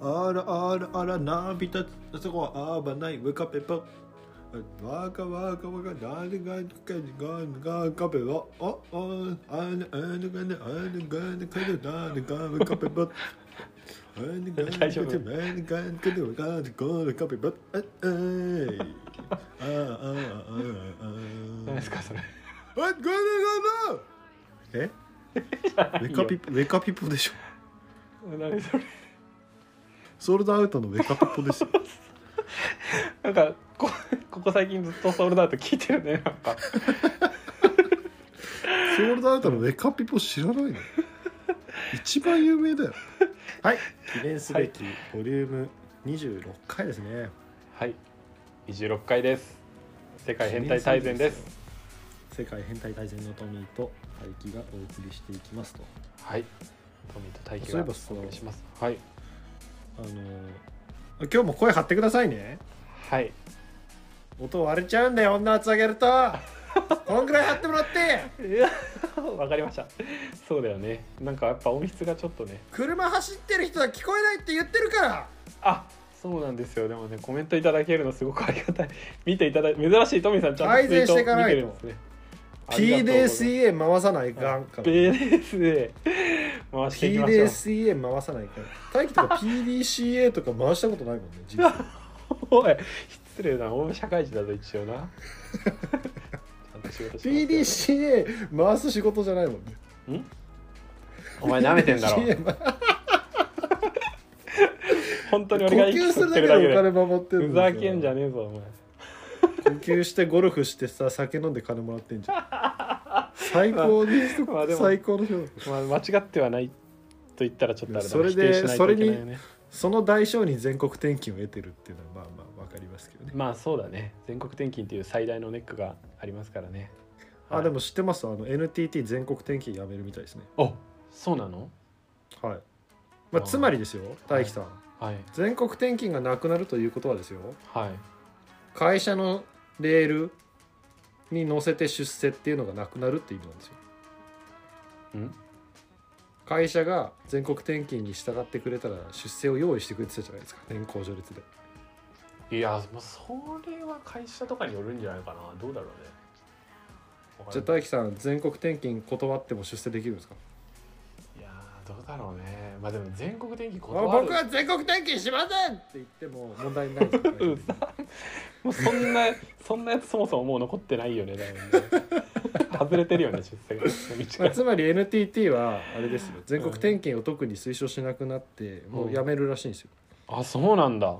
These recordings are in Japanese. あらあらあらなびたあそこはあばないウカペパわかわかわかだれがけががカペはあああれあれがねあれがねかでだれがウカペパあれがねかであれがねかでがでがでカペパええあああああ何ですかそれああががえウェカピウェカピポでしょ何それソールドアウトのウェカピポですよなんかこここ最近ずっとソールドアウト聞いてるねなんかソールドアウトのウェカピポ知らないの一番有名だよはい記念すべきボリューム26回ですね、はい26回です世界変態大全です世界変態大全のトミーと大輝がお送りしていきますとはいトミーと大輝そういえがばさお願いしますはいあの今日も声張ってくださいねはい音割れちゃうんだよ女圧上げるとこんぐらい張ってもらっていやわかりましたそうだよねなんかやっぱ音質がちょっとね車走ってる人は聞こえないって言ってるからあそうなんですよでもねコメントいただけるのすごくありがたい見ていただい珍しいトミーさんちゃんとツイー改善しトていか見ないとてるんですねありがとうございます PDCA 回さないかんから PDCA 回していきましょう PDCA 回さないから大輝とか PDCA とか回したことないもんね人生 おい失礼な俺社会人だぞ一応 なちゃんと仕事しますよ PDCA 回す仕事じゃないもんねお前舐めてんだろ PDCA 回本当に呼俺が息吸す吸るっだけてるでだけお金で守ってるふざけんじゃねねえぞお前呼吸してゴルフしてさ酒飲んで金もらってんじゃん最高の人、 まあでも最高の人まあ、間違ってはないと言ったらちょっとあれだなそれ否で定しないといけないよねその代償に全国転勤を得てるっていうのはまあまあわかりますけどねまあそうだね全国転勤っていう最大のネックがありますからねはあいでも知ってますあの NTT 全国転勤やめるみたいですねあそうなのはい、まあ、つまりですよ大輝さん、はい全国転勤がなくなるということはですよはい会社のレールに乗せて出世っていうのがなくなるって意味なんですようん会社が全国転勤に従ってくれたら出世を用意してくれてたじゃないですか年功序列でいやもうそれは会社とかによるんじゃないかなどうだろうねわかじゃるあ大樹さん全国転勤断っても出世できるんですかいやーどうだろうねまあでも全国転勤あ断る僕は全国転勤しませんって言っても問題ないですよねうん もうそんなそんなやつそもそももう残ってないよねだよね外れてるよね出世が道まあ、がつまり NTT はあれですよ全国転勤を特に推奨しなくなってもうやめるらしいんですよあそうなんだ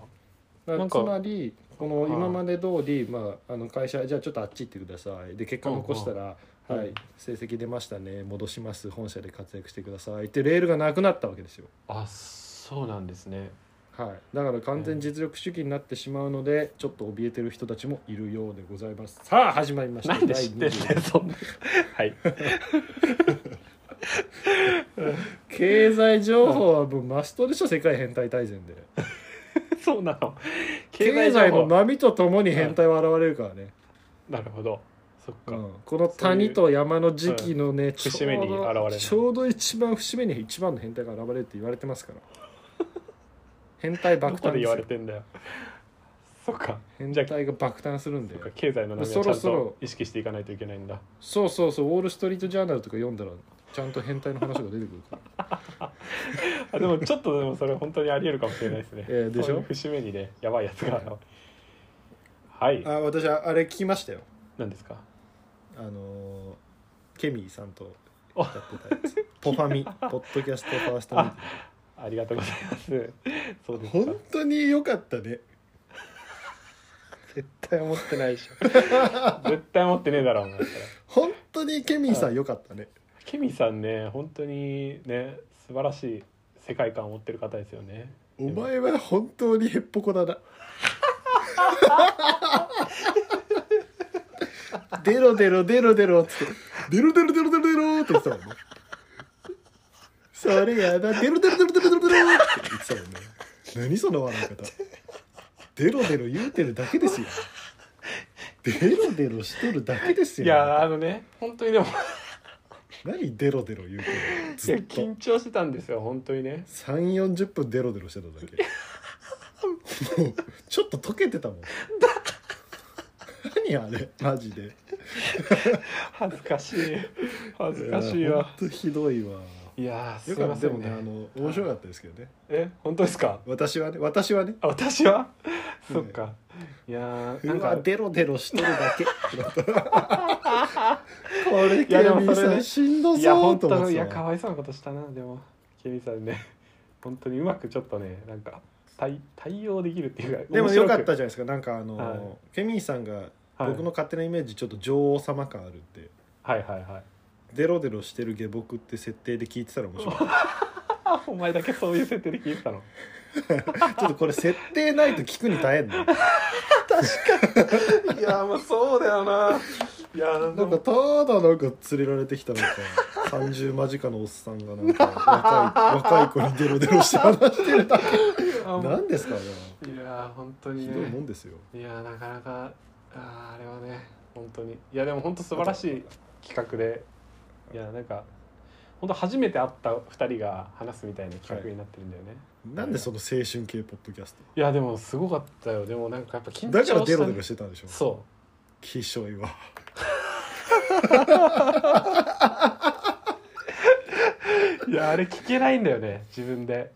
だかなんらつかまりこのはい今まで通り、まあ、あの会社じゃあちょっとあっち行ってくださいで結果残したら、うんうんはういん、成績出ましたね戻します本社で活躍してくださいってレールがなくなったわけですよ、あそうなんですねはい、だから完全実力主義になってしまうのでちょっと怯えてる人たちもいるようでございますさあ始まりましたなんで知ってん第だ20よそんなはい経済情報はもうマストでしょ世界変態大全でそうなの経 経済済情の報波とともに変態は現れるからね、なるほどそっうか、ん、この谷と山の時期のね、ち節目に現れょうるどちょうど一番節目に一番の変態が現れるって言われてますから 変態ど爆こ誕でです言われよてんだよそっか変じゃあ態が爆誕するんでそっか経済の波はちそゃろんそろと意識していかないといけないんだそうそうそうウォール・ストリート・ジャーナルとか読んだらちゃんと変態の話が出てくるからあでもちょっとでもそれ本当にありえるかもしれないですねえーでしょそういう節目にねやばいやつが現れるは いあ私はあれ聞きましたよ何ですかあのーケミーさんとやってたや つポファミポッドキャストファーストミーティングありがとうございます。そうですか 本。当に良かったね絶対思ってないでしょ。絶対思ってねえだろお前。本当にケミーさん良かったねケミさんね、本当にね、素晴らしい世界観を持ってる方ですよね。お前は本当にへっぽこ だなデロデロデロデロっつってデロデロデロデロデロって言ってたもんねそれやだデロデロデロデロデロデロって言ってたもんね何その笑い方デロデロ言うてるだけですよデロデロしとるだけですよいやあのね、本当にでも何デロデロ言うてんのいずやっと緊張してたんですよ本当にね3四4 0分デロデロしてただけもうちょっと溶けてたもん何あれマジで恥ずかしい恥ずかしいやわほんとひどいわいやーよすいかっまたせでもんねあねの面白かったですけどねえ本当ですか私はね私はねあ私は、うんそっかいやーなうんわかデロデロしてるだ けこれいやでもケビンそれさねんしんどいやそう本と当思っのいてたやわかわいそうなことしたなでもケミさんね 本当にうまくちょっとねなんか対対応できるっていうかでもよかっ面たじゃないですかなんかあの、はいケミーさんが白く僕の勝手なイメージちょっと女王様感あるって、はい、はいはいはいデロデロしてる下僕って設定で聞いてたら面白いちあお前だけそういう設定で聞いてたのょっとこれ設定ないと聞くに耐え んのいやまあそうだよないやなんかただなんか連れられてきたなんか30間近のおっさんがなんか若い若い子にデロデロして話して るだけ何ですかねいや本当ひにどいもねんですよいやなかなかあーあれはね本当にいやでも本当素晴らしい企画でいやなんか本当初めて会った2人が話すみたいな企画になってるんだよね、い、なんでその青春系ポッドキャスやでもすごかったよでもなんかやっぱ緊ト張だしかたらデロデロしてたんでしょそきしょいわういやあれ聞けないんだよね自分で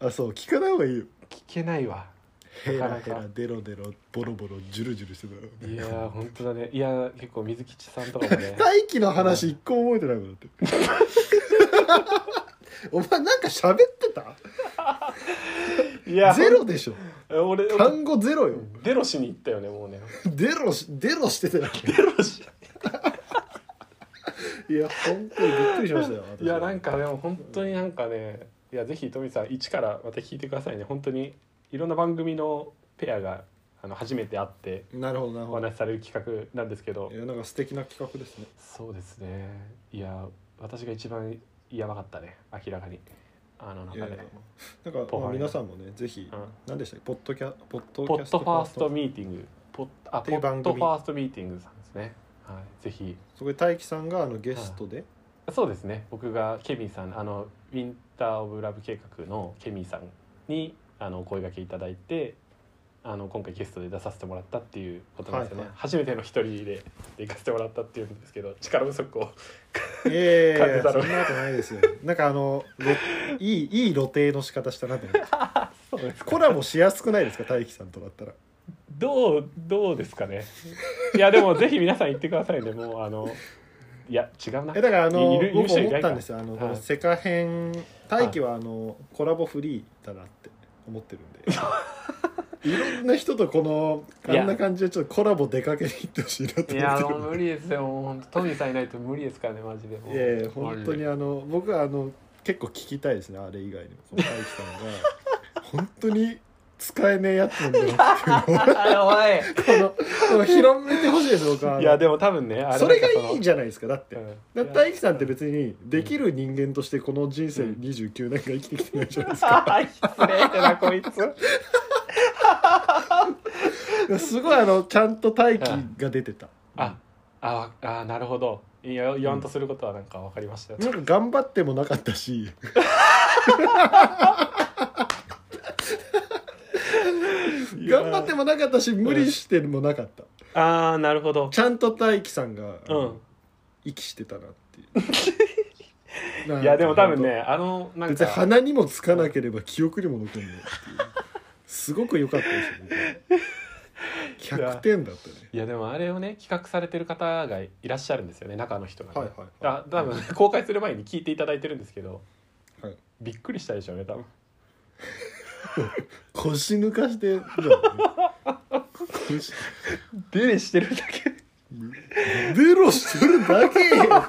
あそう聞かない方がいいよ聞けないわヘなかラなかヘラデロデロボロボロジュルジュルしてたいやー本当だねいやー結構水吉さんとかも ね大輝の話一個も覚えてないもん だってお前なんか喋ってたいやゼロでしょ俺俺単語ゼロよデロしに行ったよねもうねデロしデロしてたよデロしいや本当にびっくりしましたよいやなんかでも本当になんかねいやぜひ富さん一からまた聞いてくださいね本当にいろんな番組のペアがあの初めて会ってなるほどなるおほど話しされる企画なんですけどいやなんか素敵な企画ですねそうですねいや私が一番やばかったね明らかにあのいや中いやでなんかまあ皆さんもねぜひうん何でしたっけポッドキャポッドポキャッストトファーストミーティングポッあってポいうッ番組トファーストミーティングさんですねはいぜひそこで大輝さんがあのゲストでそうですね僕がケミーさんあのウィンター・オブ・ラブ計画のケミーさんにあのお声掛けいただいてあの今回ゲストで出させてもらったっていうことなんですよね、はいはい初めての一人でで行かせてもらったっていうんですけど力不足をいやいやい感やじそだんなろうことないですよなんかあのろいいいい露呈の仕方したなと思ってそうですコラボしやすくないですか大輝さんとだったらどうどうですかねいやでもぜひ皆さん行ってくださいねもうあのいや違うなえだからあのいるいる僕人い思なっいたかんですよあの、このはい世界編大輝はあのコラボフリーだなって思ってるんで いろんな人とこのあいやんな感じでちょっとコラボ出かけに行ってほしいなと思っているやもうん 無理ですよもう本当トミーさんいないと無理ですからねマジでもうでいやいや本当マジにであの僕はあの結構聞きたいですねあれ以外にもこの大輝さんが本当に使えねえやつなんだよっていうのをあやばいこのこの広めてほしいです僕はあのいやでも多分ねあそれがなんかいいじゃないですかだって、だう大輝さんって別にできる人間としてこの人生うん29年間生きてきてないじゃないですか、あ失礼ってなこいつすごいあのちゃんと大輝が出てたあああなるほどいや言わんとすることはなんか分かりましたよ、なんか頑張ってもなかったし頑張ってもなかったし無理してもなかったああなるほどちゃんと大輝さんが、あうのん息してたなっていう なんかいやでも多分ねあのなん別にか鼻にもつかなければ記憶にも残んないっていうすごく良かったですよね100点だったねいやでもあれをね企画されてる方がいらっしゃるんですよね中の人がね、はいはいはいあ多分公開する前に聞いていただいてるんですけど、はいびっくりしたでしょうね多分腰抜かしてるじゃん腰デレしてるだけベロしてるだけよ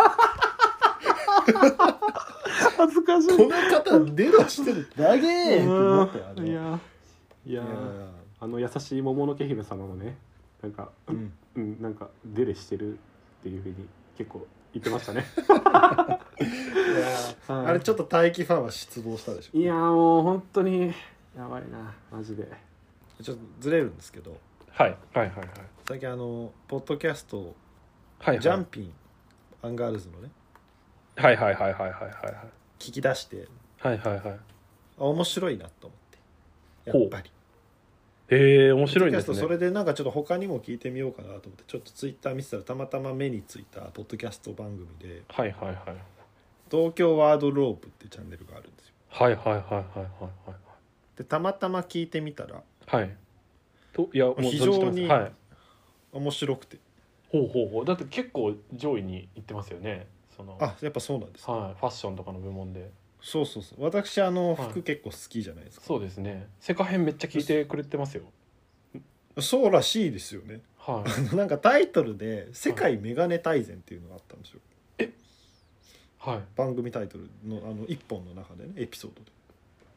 恥ずかしいこの方ベロしてるだけって思ったよあれはいやいいややーあの優しい桃の毛姫様もねなんかうんうん、なんかデレしてるっていうふうに結構言ってまし たね。いやーはいあれちょっと大輝ファンは失望したでしょいやーもう本当にやばいなマジで。ちょっとずれるんですけどはいはいはいはい最近あのポッドキャストはいジャンピンアンガールズのねはいはいはいはいはいはい聞き出してはいはいはいあ面白いなと思ってほうやっぱりへえ面白いんですポッドキャストそねれでなんかちょっと他にも聞いてみようかなと思ってちょっとツイッター見てたらたまたま目についたポッドキャスト番組ではいはいはい「東京ワードロープ」ってチャンネルがあるんですよはいはいはいはいでたまたま聞いてみたらはいはいはいといやもう非常に存じてますはい面白くてほうほうほうだって結構上位に行ってますよねそのあやっぱそうなんですはい、ファッションとかの部門でそうそうそう私あのはい服結構好きじゃないですか、そうですね世界編めっちゃ聞いてくれてますよそうらしいですよね はいなんかタイトルで「世界メガネ大全」っていうのがあったんですよはい番組タイトルのあの一本の中でねエピソードで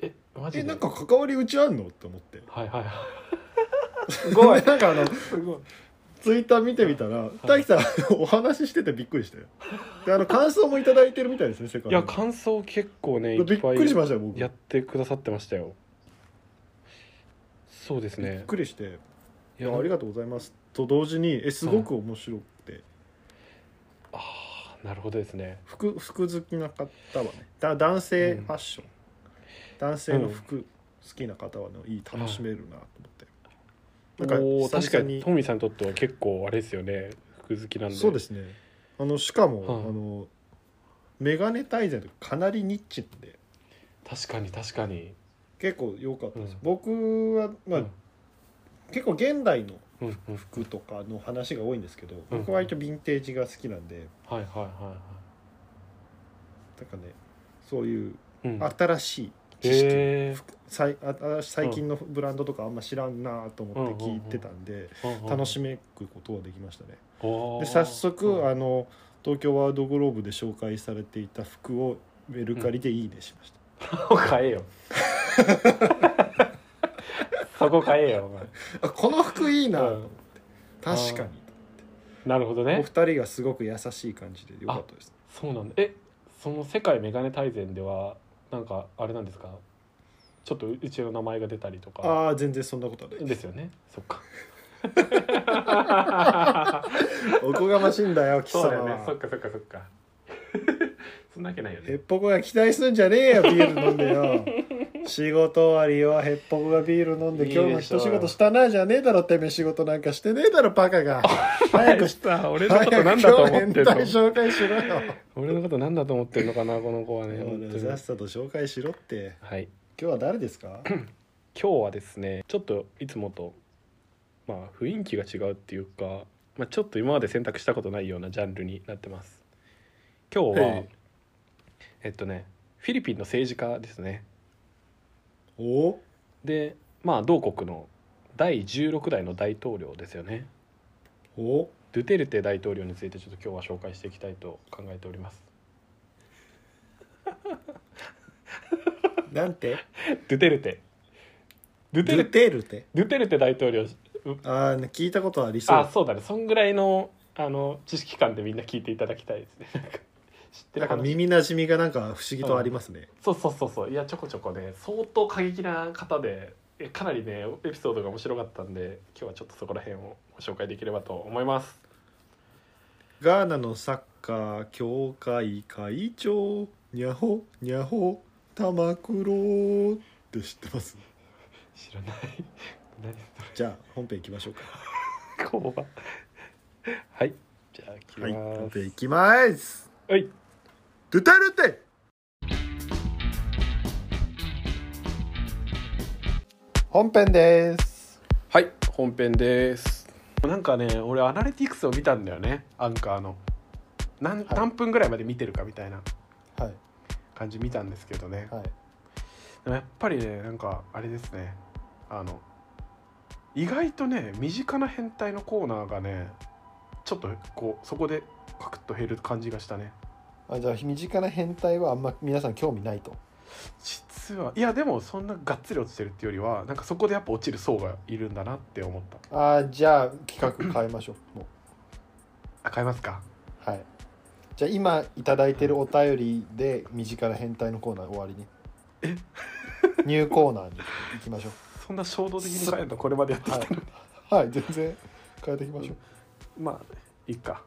えマジえでなんか関わりうちあんのって思ってはいはいは すごいなんかあのいすごいツイッター見てみたら大輝さんお話ししててびっくりしたよであの感想もいただいてるみたいですね世界いや感想結構ねいびっっぱくいりしましたよ僕やってくださってましたよそうですびっねくりして「いいやありがとうございます」と同時にえすごく面白くてあーなるほどですね服服好きな方はねだ男性うんファッション、男性の服好きな方はねいい楽しめるなと思って、おなんーか確久か々ににトミーさんにとっては結構あれですよね服好きなんでそうですすねあのしかも、はいあのメガネ大全とかかなりニッチなんで確かに確かに、結構良かったです、うん僕は、まあうん結構現代のうんうん、服とかの話が多いんですけどうん僕は割とヴィンテージが好きなんで、はいはいはなんかねそういういはい、うん、新しい知識、へーさいああ最近のブランドとかあんま知らんなと思って聞いてたんで楽しめくことができましたねおーで早うん速あの東京ワールドグローブで紹介されていた服をメルカリでいいねしました、そ こ買えよそこ買えよお前あこの服いい なと思って、うん確かになるほどおね二人がすごく優しい感じで良かったですそうなんだえその世界メガネ大全ではなんかあれなんですかちょっとうちの名前が出たりとあかあー全然そんなことはないですよねそっかおこがましいんだよ貴そう様だよねはそっかそっかそっか そんなわけないよヘねッポコが期待すんじゃね えよビール飲んでよ仕事終わりよヘッポコがビール飲んでいいでしょ今日も一仕事したなじゃねえだろてめえ仕事なんかしてねえだろバカ が早くしさ俺の早こくと今なん日だと思って変るの態紹 介しろよ俺のことなんだと思ってるのか なこの子はね本当にさっさと紹介しろってはい今日は誰です か今日はですねちょっといつもとまあ雰囲気が違うっていうか、まあ、ちょっと今まで選択したことないようなジャンルになってます今日は、はいえっとねフィリピンの政治家ですねおでまあ同国の第16代の大統領ですよねおドゥテルテ大統領についてちょっと今日は紹介していきたいと考えておりますなんてドゥテルテドゥドテゥルテテルテドゥテルテ大統領ああ聞いたことありそうあそうだねそんぐらいのあの知識感でみんな聞いていただきたいですねなん か知ってなんるか話耳なじみがなんか不思議とありますね、そうそうそうそういやちょこちょこね相当過激な方でえかなりねエピソードが面白かったんで今日はちょっとそこら辺をご紹介できればと思いますガーナのサッカー協会会長ニャホニャホ玉黒って知ってます知らない何じゃあ本編行きましょうかそれ怖っはいじゃあ行きまはい本ーす編行きますはい、ドゥタルテ本編ですはい、本編ですなんかね俺アナリティクスを見たんだよねアンカーの何,、はい何分ぐらいまで見てるかみたいなはい感じ見たんですけどね、はいでもやっぱりねなんかあれですねあの意外とね身近な変態のコーナーがねちょっとこうそこでカクッと減る感じがしたねあじゃあ身近な変態はあんま皆さん興味ないと実はいやでもそんながっつり落ちてるっていうよりはなんかそこでやっぱ落ちる層がいるんだなって思ったあじゃあ企画変えましょうもあ買いますかうはいじゃあ今いただいてるお便りで身近な変態のコーナー終わりにえニューコーナーに行きましょそんな衝動的に買えるのこれまでやっ うてきはたのに、い、はい、全然変えていき ましょうまあいいか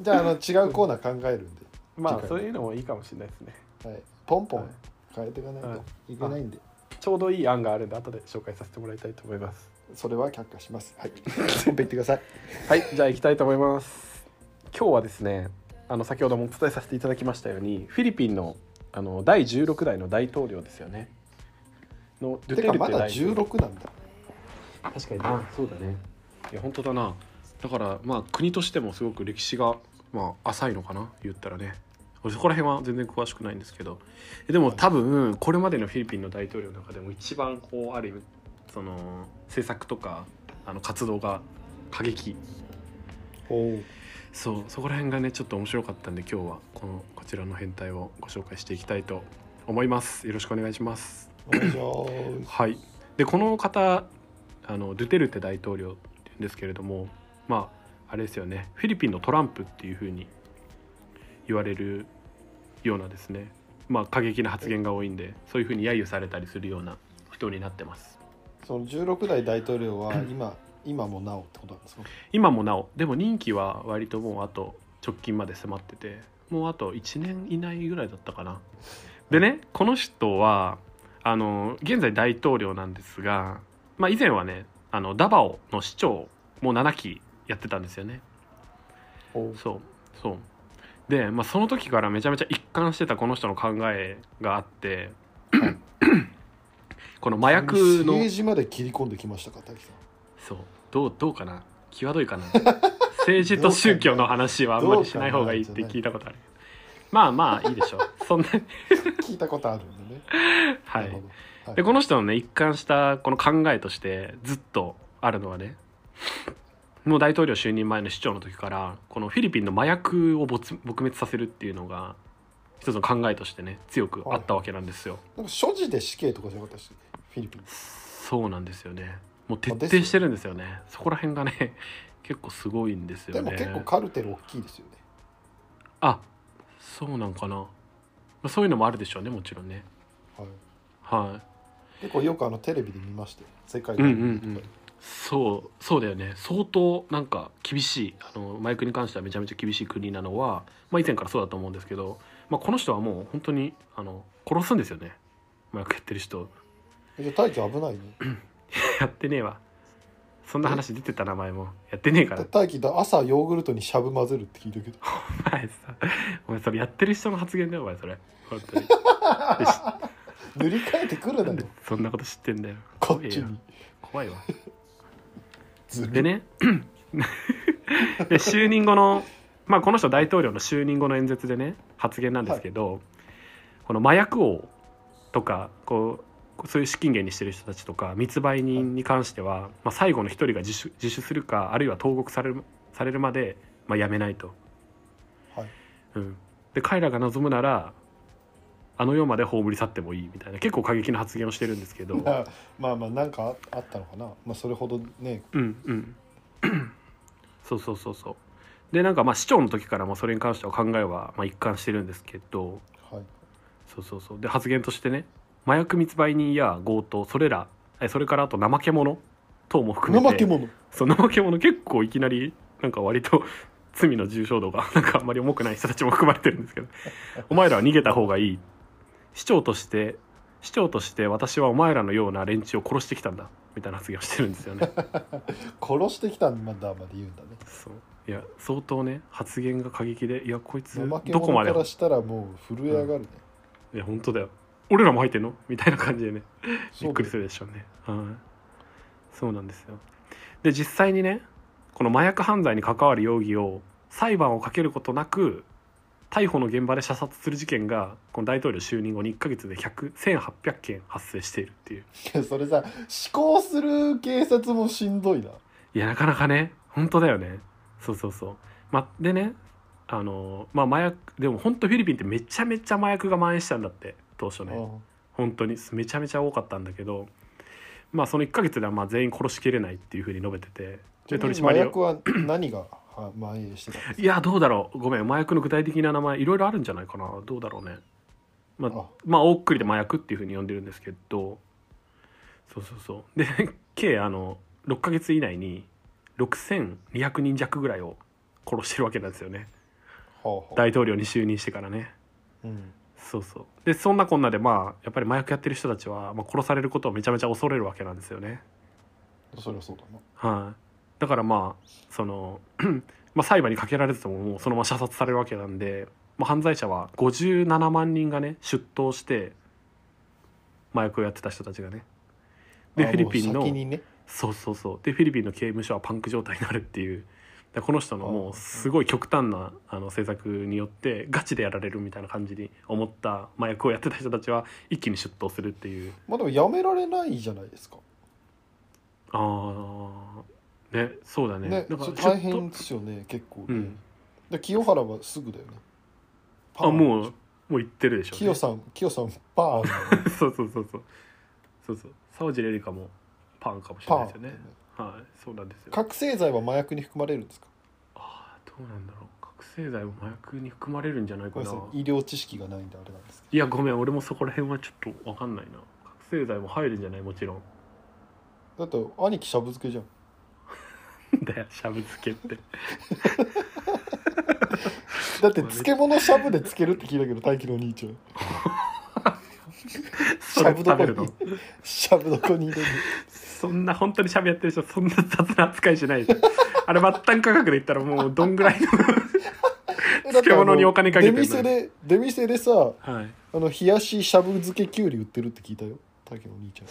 じゃああの違うコーナー考えるんで、ま次あ回そういうのもいいかもしれないですねはい、ポンポはいン変えていかないはいといけないんで、ちょうどいい案があるんで後で紹介させてもらいたいと思いますそれは却下します はい本編行ってくださいはいじゃあ行きたいと思います今日はですねあの先ほどもお伝えさせていただきましたようにフィリピンのあの第16代の大統領ですよねのドゥてテかルテま大だ統領16なんだ確かになそうだねいや本当だなだからまあ国としてもすごく歴史がまあ浅いのかな言ったらね俺そこら辺は全然詳しくないんですけどえでも多分これまでのフィリピンの大統領の中でも一番こうある意味その政策とかあの活動が過激おそうそこら辺がねちょっと面白かったんで今日はこのこちらの変態をご紹介していきたいと思いますよろしくお願いします願いしますはい、でこの方あのドゥテルテ大統領って言うんですけれどもまああれですよねフィリピンのトランプっていうふうに言われるようなですねまあ過激な発言が多いんでそういうふうに揶揄されたりするような人になってますその16代大統領 は今今もなおってことなんですか今もなおでも任期は割ともうあと直近まで迫っててもうあと1年以内ぐらいだったかなでねこの人はあの現在大統領なんですが、まあ、以前はねあのダバオの市長も7期やってたんですよねおそうそうで、まあ、その時からめちゃめちゃ一貫してたこの人の考えが あってこの麻薬の政治まで切り込んできましたか滝さんそうどうどうかな際どいかな政治と宗教の話はあんまりしない方がいいって聞いたことあるまあまあいいでしょうそんな聞いたことあるんでねはなるいほどはいでこの人のね一貫したこの考えとしてずっとあるのはねもう大統領就任前の市長の時からこのフィリピンの麻薬を没撲滅させるっていうのが一つの考えとしてね強くあったわけなんですよ、なんか所持で死刑とかじゃなかったしフィリピンそうなんですよねもう徹で底すよねしてるんですよねそこら辺がね 結構すごいんですよでねも結構カルテル大きいですよねあそうなんかな、まあ、そういうのもあるでしょうねもちろんねはいは結構よくあのテレビで見まして世界いうんうんうんそうそうだよね相当なんか厳しいあのマイクに関してはめちゃめちゃ厳しい国なのは、まあ、以前からそうだと思うんですけど、まあ、この人はもう本当にあの殺すんですよね麻薬やってる人 じゃあ大輝危ないねやってねえわそんな話出てた名前もやってねえから大輝だ朝ヨーグルトにしゃぶ混ぜるって聞いたけ どお前さお前それやってる人の発言だよお前それ本 当に塗り替えてくるななんでよそんなこと知ってんだよこっちいやに怖いわずるでねで就任後の、まあ、この人大統領の就任後の演説でね発言なんですけど、この麻薬王とかこうそういう資金源にしてる人たちとか密売人に関しては、まあ、最後の一人が自首自首するかあるいは投獄されるされるまで、まあ、やめないと、はいうん、で彼らが望むならあの世まで葬り去ってもいいみたいな結構過激な発言をしてるんですけど まあまあまあなんかああったのかなまあそれほどねうんうん そうそうそうそうでなんかまあ市長の時からもそれに関しては考えはまあ一貫してるんですけどはいそうそうそうで発言としてね麻薬密売人や強盗それらえそれからあと怠け者等も含めて怠け者そう怠け者結構いきなりなんか割と罪の重症度が なんかあんまり重くない人たちも含まれてるんですけどお前らは逃げた方がいい市長として市長として私はお前らのような連中を殺してきたんだみたいな発言をしてるんですよね殺してきたんだまで言うんだねそういや相当ね発言が過激でいやこいつ怠けどこま者でからしたらもう震え上がるねいや本当だよ俺らも入ってんのみたいな感じでねびっくりするるでしょうねはいそうなんですよで実際にねこの麻薬犯罪に関わる容疑を裁判をかけることなく逮捕の現場で射殺する事件がこの大統領就任後に1ヶ月で100 1800件発生しているっていうそれさ思考する警察もしんどいないやなかなかね本当だよねそうそうそう、ま、でねあのまあ麻薬でも本当フィリピンってめちゃめちゃ麻薬が蔓延したんだって当初ねうん本当にめちゃめちゃ多かったんだけどまあその1ヶ月ではまあ全員殺しきれないっていうふうに述べててで取り締まり麻を薬は何がは蔓延してたんですいやどうだろうごめん麻薬の具体的な名前いろいろあるんじゃないかなどうだろうねまああまあ大っくりで麻薬っていうふうに呼んでるんですけどそうそうそうで 計あの6ヶ月以内に6200人弱ぐらいを殺してるわけなんですよねほうほ大統領に就任してからねう、うん、そうそうでそんなこんなでまあやっぱり麻薬やってる人たちは、まあ、殺されることをめちゃめちゃ恐れるわけなんですよねそりゃそうだなはい、だからまあその まあ裁判にかけられてももうそのまま射殺されるわけなんで、まあ、犯罪者は57万人がね出頭して麻薬をやってた人たちがねであフィリピンもうの先にねそうそうそうでフィリピンの刑務所はパンク状態になるっていうでこの人のもあうあすごい極端なあの政策によってガチでやられるみたいな感じに思った麻薬をやってた人たちは一気に出頭するっていうまあでもやめられないじゃないですかああねそうだねねだからそ出頭大変ですよね結構ね、うんで清原はすぐだよねあもうもう行ってるでしょうね、清さん清さんパーンだよね そうそうそうそうそうそう沢尻エリカもパンかもしれパーないンですよねはいそうなんですよ覚醒剤は麻薬に含まれるんですかああどうなんだろう覚醒剤も麻薬に含まれるんじゃないごかめんななさい医療知識がないんであれなんですけいやごめん俺もそこら辺はちょっとわかんないな覚醒剤も入るんじゃないもちろんどだって兄貴しゃぶ漬けじゃんだよしゃぶ漬け ってだって漬物しゃぶで漬けるって聞いたけど大輝のお兄ちゃん それしゃぶどこ食にべるのしゃぶどこに入れるそんな本当にしゃべやってる人そんな 雑な扱いしないでしょあれ末端価格で言ったらもうどんぐらいの 漬物にお金かけてんの出店で出店でさはいあの冷やししゃぶ漬けきゅうり売ってるって聞いたよ大輝のお兄ちゃ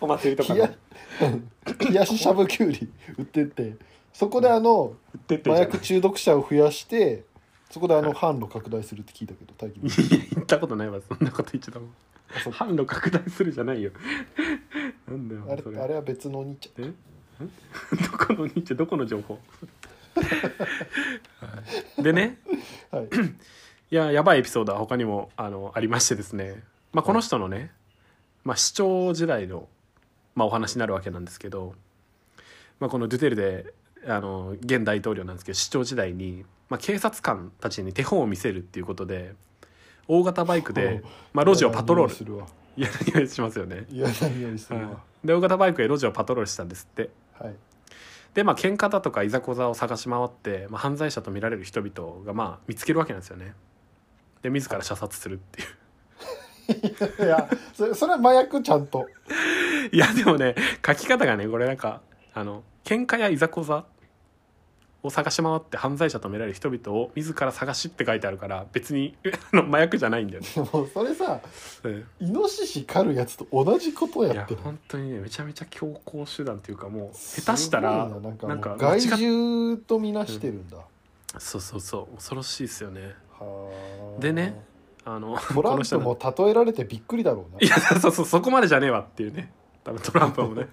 お祭りとかんね冷や 冷やししゃぶきゅうり売っててそこであの売ってって麻るじゃん薬中毒者を増やしてそこであの販路拡大するって聞いたけど大輝のお兄ち いや言ったことないわそんなこと言っちゃったもんあそっ販路拡大するじゃないよ なんだゃんあよそれれあれは別のお兄ちえんどこのお兄ちゃんどこの情 報でねゃんはいいややばいエピソードは他にもあのありましてですね、まあ、この人のね、まあ、市長時代の、まあ、お話になるわけなんですけど、まあ、このドゥテルであの現大統領なんですけど市長時代に、まあ、警察官たちに手本を見せるっていうことで大型バイクで、まあ、路地をパトロールするわいやいやしますよね、嫌な匂いするわで大型バイクで路地をパトロールしたんですってはいでまあ喧嘩だとかいざこざを探し回って、まあ、犯罪者と見られる人々がまあ見つけるわけなんですよねで自ら射殺する っていういやそれそれは麻薬ちゃんといやでもね書き方がねこれなんかあの喧嘩やいざこざを探し回って犯罪者と見られる人々を自ら探しって書いてあるから別に えあの麻薬じゃないんだよね、でもそれさうんイノシシ狩るやつと同じことをいややってる本当にねめちゃめちゃ強硬手段というかもう下手したらすごいななんかなんもかう害獣とみなしてるんだ、そうそうそう恐ろしいですよねはあでねあ のトラこンの人プのも例えられてびっくりだろうないやそうそうそこまでじゃねえわっていうね多分トランプ もね、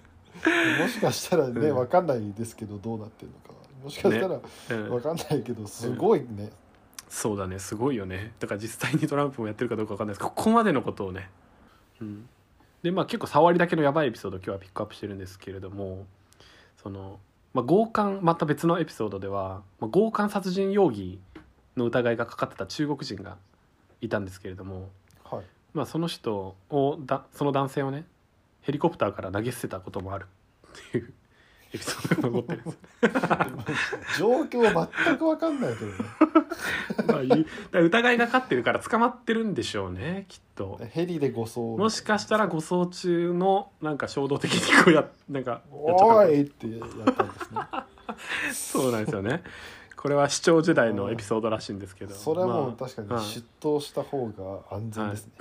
もしかしたらねうんわかんないですけどどうなってるのかもしかしたらうんわかんないけどすごいねそうだねすごいよねだから実際にトランプもやってるかどうかわかんないですけどここまでのことをね、うん、でまあ結構触りだけのやばいエピソードを今日はピックアップしてるんですけれどもその、まあ、強姦また別のエピソードでは、まあ、強姦殺人容疑の疑いがかかってた中国人がいたんですけれども、はいまあ、その人をだその男性をねヘリコプターから投げ捨てたこともあるっていうエピソードが残って るんです状況全くわかんないけどねまあ、ゆだから疑いがかかってるから捕まってるんでしょうねきっとヘリで護送もしかしたら護送中のなんか衝動的にこうやなんかやっちゃったおいってやったんですねそうなんですよねこれは市長時代のエピソードらしいん ですけどそれはもうまあ確かはにい出頭した方が安全ですね、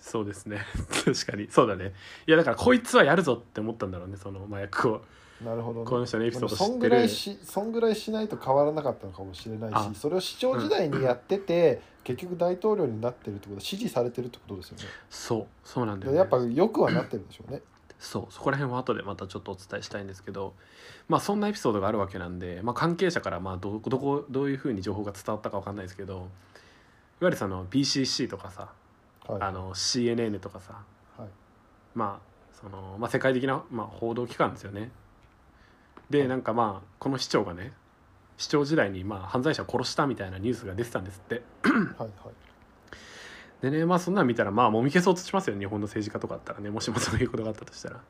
そうですね 確かにそうだねいやだからこいつはやるぞって思ったんだろうねその麻薬をなるほどねこの人のエピソードでもそ知っんてぐらるいしそんぐらいしないと変わらなかったのかもしれないあしそれを市長時代にやってて、結局大統領になってるってことは支持されてるってことですよねそうそうなんだよ、でね、やっぱよくはなってるんでしょうねそうそこら辺は後でまたちょっとお伝えしたいんですけど、まあ、そんなエピソードがあるわけなんで、まあ、関係者からまあどどこどういうふうに情報が伝わったかわかんないですけどいわゆるその BCC とかさ、はいあの CNN とかさ、はいまあそのまあ、世界的な、まあ、報道機関ですよね。でなんかまあこの市長がね市長時代にまあ犯罪者を殺したみたいなニュースが出てたんですって。はいでねまあそんなん見たらまあもみ消そうとしますよね日本の政治家とかだったらねもしもそういうことがあったとしたら。はい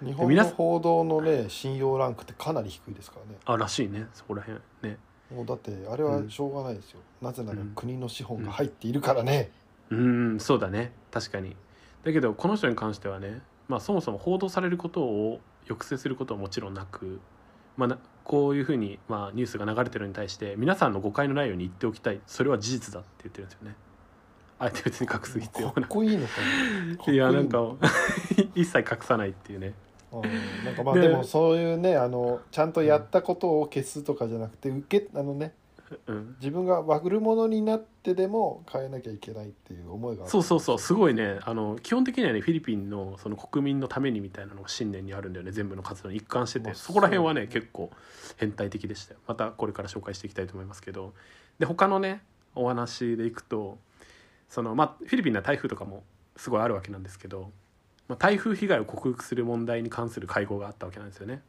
日本皆のさん報道のね信用ランクってかなり低いですからねあらしいねそこら辺ねもうだってあれはしょうがないですよ、なぜなら国の資本が入っているからね、うんそうだね確かにだけどこの人に関してはね、まあ、そもそも報道されることを抑制することはもちろんなく、まあな、こういうふうに、まあ、ニュースが流れてるのに対して皆さんの誤解のないように言っておきたいそれは事実だって言ってるんですよねあえて別に隠す必要かっこいいのかないないやなんかかっこ 一切隠さないっていうねいいのうんなんかまあででもそういうねあのちゃんとやったことを消すとかじゃなくて受けあのねうん自分が悪者になってでも変えなきゃいけないっていう思いがあるそうそうそうすごいねあの基本的にはねフィリピンのその国民のためにみたいなのが信念にあるんだよね全部の活動に一貫しててあそこら辺はそねう結構変態的でしたよまたこれから紹介していきたいと思いますけどで他のねお話でいくとその、まあ、フィリピンには台風とかもすごいあるわけなんですけど、まあ、台風被害を克服する問題に関する会合があったわけなんですよね。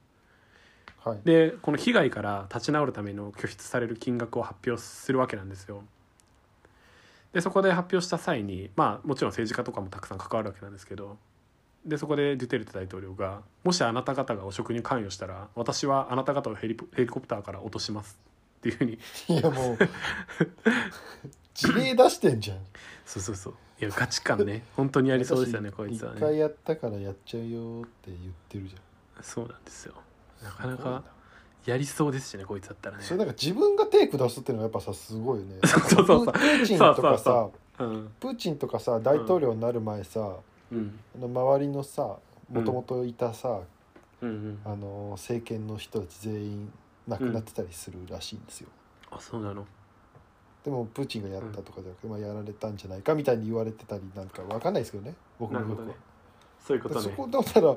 はいでこの被害から立ち直るための拠出される金額を発表するわけなんですよ。でそこで発表した際にまあもちろん政治家とかもたくさん関わるわけなんですけどでそこでデュテルテ大統領が「もしあなた方が汚職に関与したら私はあなた方をヘリポヘリコプターから落とします」っていうふうに いやもう事例出してんじゃんそうそうそういやガチ感ね本 当にやりそうですよね私こいつは一ね回やったからやっちゃうよって言ってるじそうなんですよゃんなかなかやりそうですしねこいつだったらねそれなんか自分が手下すっていうのはやっぱさすごいよね そうそうそうプーチンとそうそかうそさうんプーチンとかさ大統領になる前さ、うんあの周りのさうんもともといたさ、うんうんあの政権の人たち全員亡くなってたりするらしいんですよ、あそうなのでもプーチンがやったとかじゃなくて、まあ、やられたんじゃないかみたいに言われてたりなんかわかんないですけどね僕なもよくるほどはね。そういうことそねこだったら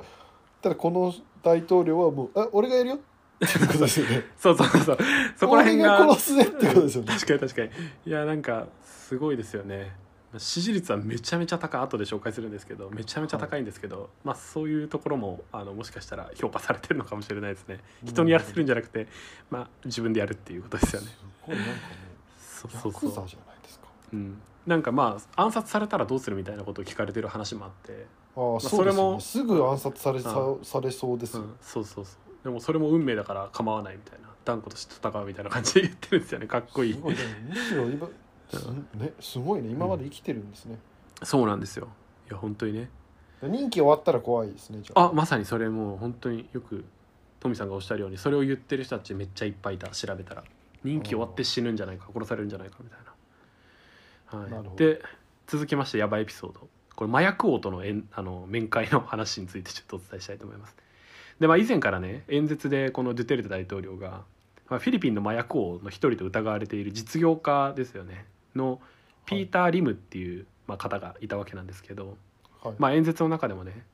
ただこの大統領はもう「あ俺がやるよ」っていうことですよねそうそうそう そこら辺が俺が殺すねってことですよね確かに確かにいやなんかすごいですよね支持率はめちゃめちゃ高い後で紹介するんですけどめちゃめちゃ高いんですけど、まあそういうところもあのもしかしたら評価されてるのかもしれないですね 人にやらせるんじじゃなくて、まあ自分でやるっていうことですよねごいなんかねそうヤそうクそザう、じゃないですかうん、なんかまあ暗殺されたらどうするみたいなことを聞かれてる話もあって、ああ、そそうれですよもねすぐ暗殺されさ,、うされそうですうよ、ん、そうそうそうでもそれも運命だから構わないみたいな断固として戦うみたいな感じで言ってるんですよねかっこいいすごいねむしろ今す,、ね、すごいね今まで生きてるんですね、そうなんですよいや本当にね任期終わったら怖いですねじゃああまさにそれもう本当によくトミさんがおっしゃるようにそれを言ってる人たちめっちゃいっぱいいた調べたら任期終わって死ぬんじゃないか殺されるんじゃないかみたいな,、はい、なるほどで続きましてヤバいエピソードこれ麻薬王との縁あの面会の話についてちょっとお伝えしたいと思いますで、まあ、以前からね演説でこのドゥテルテ大統領が、まあ、フィリピンの麻薬王の一人と疑われている実業家ですよねのピーター・リムっていう、まあ、方がいたわけなんですけど、はい、まあ、演説の中でもね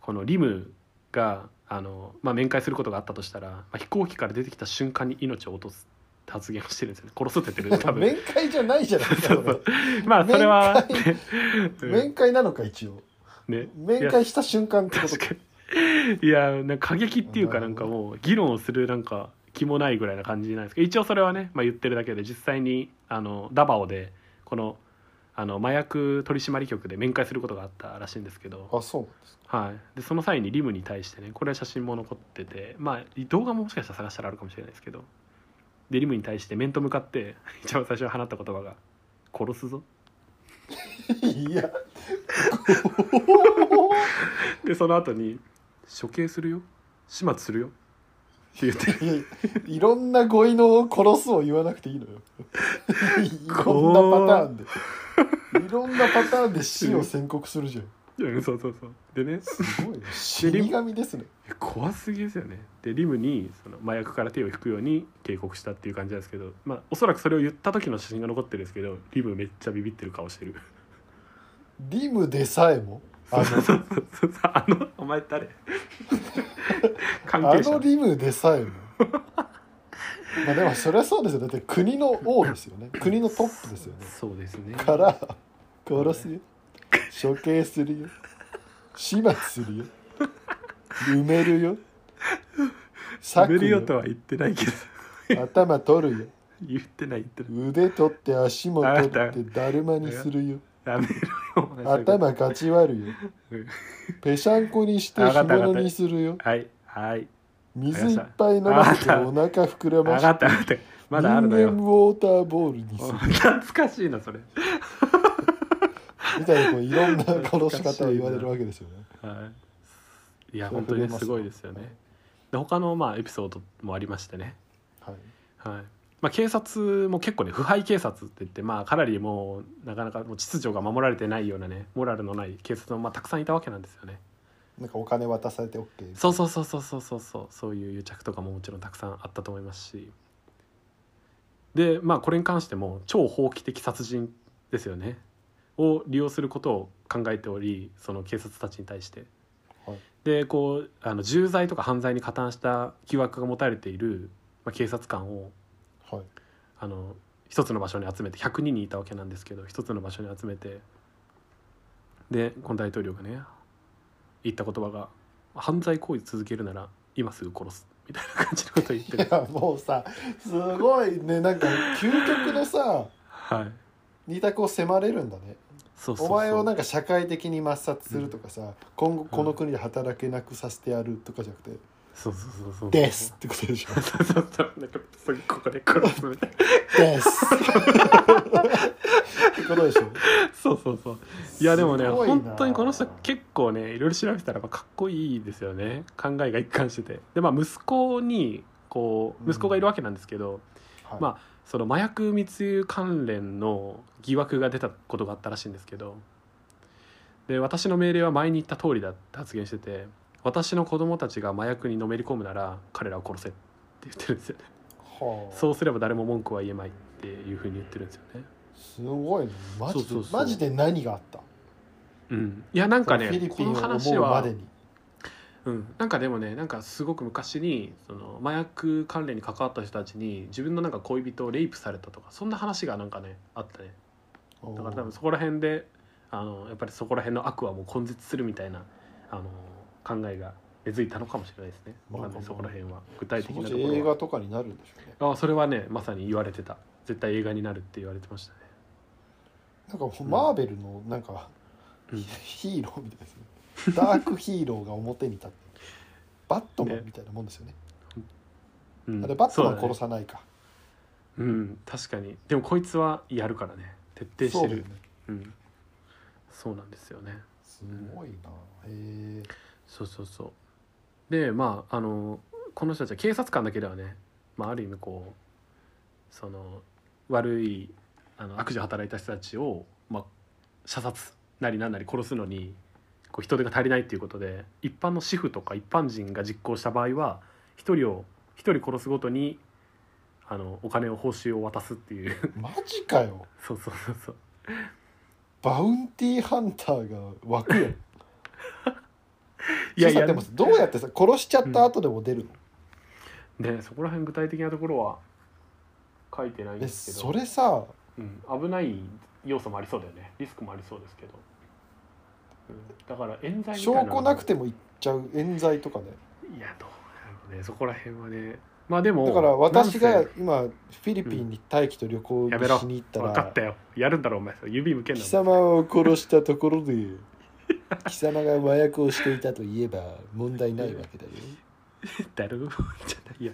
このリムがあの、まあ、面会することがあったとしたら、まあ、飛行機から出てきた瞬間に命を落とすって発言をしてるんですよね殺すって言ってる多分面会じゃないじゃないですか そうそうこまあそれは面うれん面会なのか一応ね面会した瞬間ってこと確かかにいやなんか過激っていうかななるんほどかもう議論をするなんか気もないぐらいな感じなんですけど一応それはね、まあ、言ってるだけで実際にあのダバオでこのあの麻薬取締局で面会することがあったらしいんですけどあそうはい、でその際にリムに対してねこれは写真も残っててまあ動画ももしかしたら探したらあるかもしれないですけどでリムに対して面と向かって 一番最初に放った言葉が「殺すぞ いや」でその後に「処刑するよ始末するよ」って言って いやいろんな語彙の殺すを言わなくていいのよ。 いろんなパターンで。いろんなパターンで死を宣告するじゃん。うんそうそうそうでね すごいね。死神ですね。怖すぎですよねでリムにその麻薬から手を引くように警告したっていう感じなんですけど、まあ、おそらくそれを言った時の写真が残ってるんですけどリムめっちゃビビってる顔してるリムでさえも。あそうそうそうそう あのお前 誰関のあ係者のリムでさえも。まあでもそりゃそうですよ。だって国の王ですよね。国のトップですよね。そうですねから、殺すよ。処刑するよ。始末するよ。埋めるよ。削食べるよとは言ってないけど頭取るよ言ってない言ってない腕取って足も取ってだるまにするよやめろよお前頭かち割るようんぺしゃんこにして干物にするよはいはい水いっぱい飲ませてお腹膨ら上まがしった上がったまだあるの人よ間ウォーターボールにする懐かしいなそれ、みたいなこういろんな殺し方を言われるわけですよねはい、いや本当にすごいですよねで他のまあエピソードもありましてねはいはいまあ、警察も結構ね腐敗警察って言って、まあ、かなりもうなかなかもう秩序が守られてないようなねモラルのない警察もまあたくさんいたわけなんですよね。なんかお金渡されて OK そうそうそうそうそうそうそうそういう癒着とかももちろんたくさんあったと思いますしでまあこれに関しても超法規的殺人ですよねを利用することを考えておりその警察たちに対して。はいでこうあの重罪とか犯罪に加担した疑惑が持たれている、まあ、警察官をはいあの一つの場所に集めて102人いたわけなんですけど一つの場所に集めてでこの大統領がね言った言葉が「犯罪行為続けるなら今すぐ殺す」みたいな感じのことを言ってい るやもうさすごいねなんか究極のさはい二択を迫れるんだねそうそうそうお前をなんか社会的に抹殺するとかさ、今後この国で働けなくさせてやるとかじゃなくて「そうそうそうそうです」ってことでしょそうそうそうそうなんかすぐここで殺すみた いな「です」ってことでしょそうそうそういやでもねすごいな本当にこの人結構ねいろいろ調べてたらまあかっこいいですよね考えが一貫しててでまあ息子にこう息子がいるわけなんですけど、はいまあその麻薬密輸関連の疑惑が出たことがあったらしいんですけどで私の命令は前に言った通りだって発言してて私の子供たちが麻薬にのめり込むなら彼らを殺せって言ってるんですよねはあそうすれば誰も文句は言えまいっていうふうに言ってるんですよねすごいねマジでそうそうそうマジで何があったうんいやなんかフィリピねこンをの話思うまはでにうん、なんかでもねなんかすごく昔にその麻薬関連に関わった人たちに自分のなんか恋人をレイプされたとかそんな話がなんかねあったねだから多分そこら辺であのやっぱりそこら辺の悪はもう根絶するみたいなあの考えが根付いたのかもしれないですね。わかんないそこら辺は具体的なとそこのうち映ろ画はとかになるんでしょうねあそれはねまさに言われてた絶対映画になるって言われてましたね。なんかマーベルのなんか、うんヒーローみたいですねダークヒーローが表に立 ってバットマンみたいなもんですよねうん、あれバットマンそう殺だねさないかうん確かにでもこいつはやるからね徹底しそうてだよるねそう,、ん、そうなんですよね。すごいなへえそうそうそうでまああのこの人たちは警察官だけではね、まあ、ある意味こうその悪いあの悪事を働いた人たちを、まあ、射殺なりなんなり殺すのにこう人手が足りないっていうことで一般の主婦とか一般人が実行した場合は一人を一人殺すごとにあのお金を報酬を渡すっていう マジかよそうそうそうそうバウンティーハンターが湧くやん いやいそれやさでもどうやってさ殺しちゃった後でも出るの、ねそこら辺具体的なところは書いてないんえですけそどれさうん、危ない要素もありそうだよねリスクもありそうですけど、うん、だから冤罪みた証いな拠なくてもいっちゃう冤罪とかねいやどうなのねそこら辺はねまあでもだから私ながんせ今フィリピンに待機と旅行にやめろしに行った分からったよやるんだろお前指向けんな貴様を殺したところ で貴様が麻薬をしていたと言えば問題ないわけだよだるじゃないいや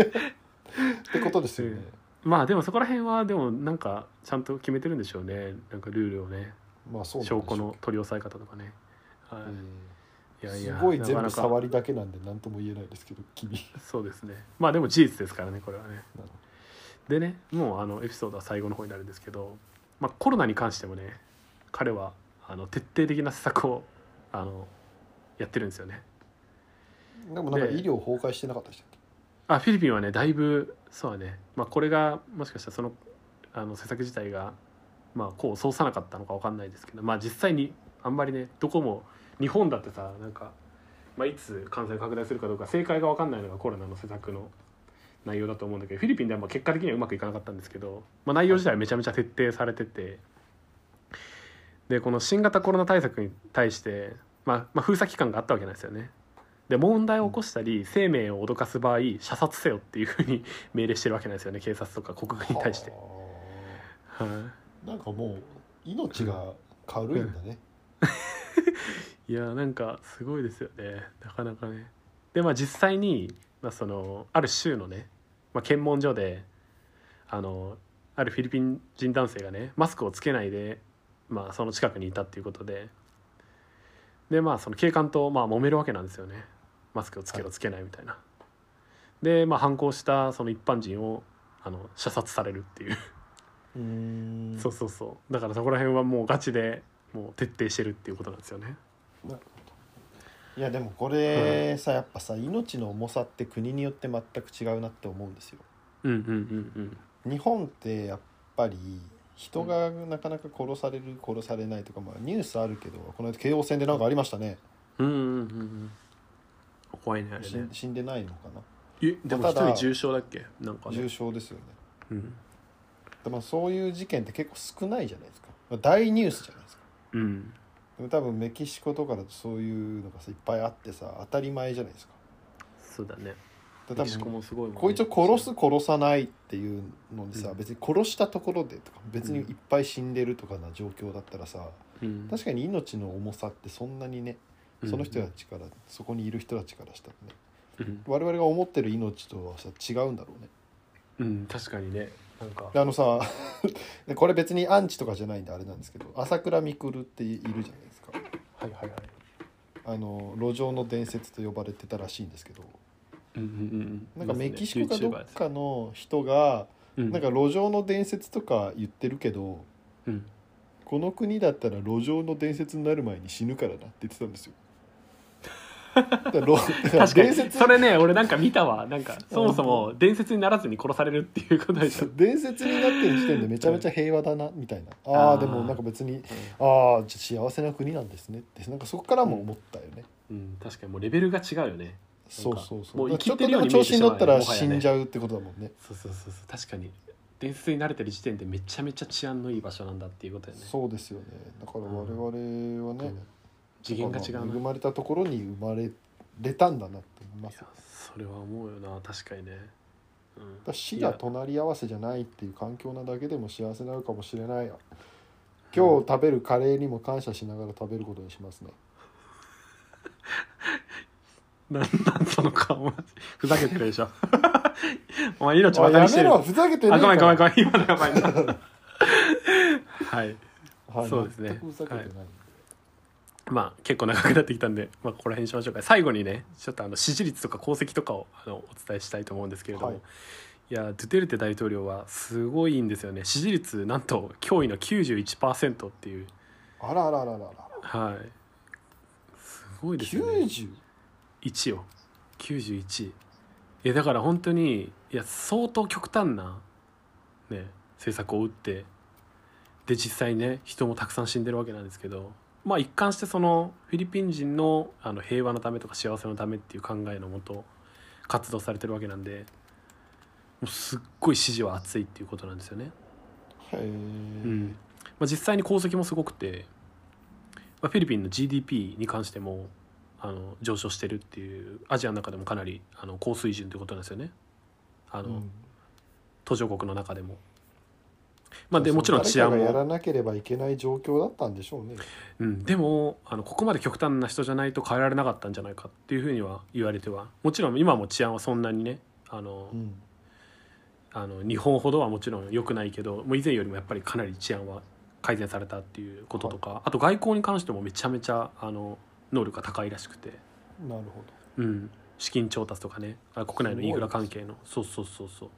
ってことですよね、まあでもそこら辺はでもなんかちゃんと決めてるんでしょうねなんかルールをねまあそうなん証でしょ拠うの取り押さえ方とかね、はいえいやーいやすごいな全か部なか触りだけなんで何とも言えないですけど君そうですねまあでも事実ですからねこれはねなるほでねもうあのエピソードは最後の方になるんですけど、まあ、コロナに関してもね彼はあの徹底的な施策をあのやってるんですよねでもなんかで医療崩壊してなかったでしたっあフィリピンはねだいぶそうだね、まあ、これがもしかしたらそのあの施策自体が、まあ、こうそうさなかったのかわかんないですけど、まあ、実際にあんまりねどこも日本だってさなんか、まあ、いつ感染拡大するかどうか正解がわかんないのがコロナの施策の内容だと思うんだけどフィリピンではまあ結果的にはうまくいかなかったんですけど、まあ、内容自体はめちゃめちゃ徹底されててでこの新型コロナ対策に対して、まあ、まあ封鎖期間があったわけなんですよね。で問題を起こしたり生命を脅かす場合射殺せよっていうふうに命令してるわけなんですよね警察とか国け軍に対して。ははあなんかもう命が軽いんだね、いいやーなんかすごいですよねなかなかね。でまあ実際に、まあ、そのある州のね、まあ、検問所であのあるフィリピン人男性がねマスクをつけないで、まあ、その近くにいたっていうことででまあその警官とまあ揉めるわけなんですよねマスクをつけろつけないみたいな。でまあ反抗したその一般人をあの射殺されるっていううーんそうそうそうだからそこら辺はもうガチでもう徹底してるっていうことなんですよねいやでもこれさやっぱさ命の重さって国によって全く違うなって思うんですようんうんうん日本ってやっぱり人がなかなか殺される殺されないとか、まあ、ニュースあるけどこの間京王線でなんかありましたねうんうんうんうんうん怖いねあれ死んね死んでないのかなえでもまあ一ただ人重傷だっけなんか重ね傷ですよねうんでまあそういう事件って結構少ないじゃないですか、まあ、大ニュースじゃないですかうんでも多分メキシコとかだとそういうのがさいっぱいあってさ当たり前じゃないですかそうだねで多メキシコ分もすごいもんねこいつを殺す殺さないっていうのでさ、うん別に殺したところでとか別にいっぱい死んでるとかな状況だったらさうん確かに命の重さってそんなにねその人たちから、そこにいる人たちからしたらねうん我々が思ってる命とはさ違うんだろうねうん確かにねなんかであのさ でこれ別にアンチとかじゃないんであれなんですけど朝倉未来っているじゃないですかはいはいはいあの路上の伝説と呼ばれてたらしいんですけどうんうんうなんんかメキシコかどまあっそうかねの人が YouTuber なんか路上の伝説とか言ってるけどうんうんこの国だったら路上の伝説になる前に死ぬからなって言ってたんですよ。だから路だから確か伝に説それね俺なんか見たわなんかそもそも伝説にならずに殺されるっていうことでしょ 伝説になってる時点でめちゃめちゃ平和だなみたいなあ ああーでもなんか別にああじゃあ幸せな国なんですねってなんかそこからも思ったよね、うん確かにもうレベルが違うよねそうそうそうもう生きちょってとるでようもに調子に乗ったら見えてしまうよね死んじゃうってことだもんねそうそうそうそう確かに伝説に慣れてる時点でめちゃめちゃ治安のいい場所なんだっていうことだよねそうですよねだから我々はね、うん次元が違う恵なまれたところに生まれれたんだなって思いまいすやそれは思うよな確かにね、 うん、だ死が隣り合わせじゃないっていう環境なだけでも幸せなのかもしれないよ今日食べるカレーにも感謝しながら食べることにしますねなんなんその顔マジふざけてるでしょ お前命あばかやりしてめるろあふざけてねえごめんごめんごんめん今のやばいなはいはい、そうですね全くふざけてない、まあ結構長くなってきたんで、まあ、ここら辺にしましょうか最後にねちょっとあの支持率とか功績とかをあのお伝えしたいと思うんですけれども、はいい、やドゥテルテ大統領はすごいんですよね支持率なんと驚異の91%っていうあらあらあらあらはいすごいですよね 90? 1よ91えだから本当にいや相当極端なね政策を打ってで実際ね人もたくさん死んでるわけなんですけどまあ一貫してそのフィリピン人のあの平和のためとか幸せのためっていう考えのもと活動されてるわけなんでもうすっごい支持は厚いっていうことなんですよね。へえ、うんまあ、実際に功績もすごくて、まあ、フィリピンの GDP に関してもあの上昇してるっていうアジアの中でもかなりあの高水準ということなんですよねあの、うん途上国の中でも。まあ、でもちろん治安誰かがやも、らなければいけない状況だったんでしょうねうん、でもあのここまで極端な人じゃないと変えられなかったんじゃないかっていうふうには言われてはもちろん今も治安はそんなにねあの、うんあの日本ほどはもちろん良くないけどもう以前よりもやっぱりかなり治安は改善されたっていうこととか、あと外交に関してもめちゃめちゃあの能力が高いらしくて、なるほうん、資金調達とかねあ国内のインフラすごいで関す係のそうそうそうそう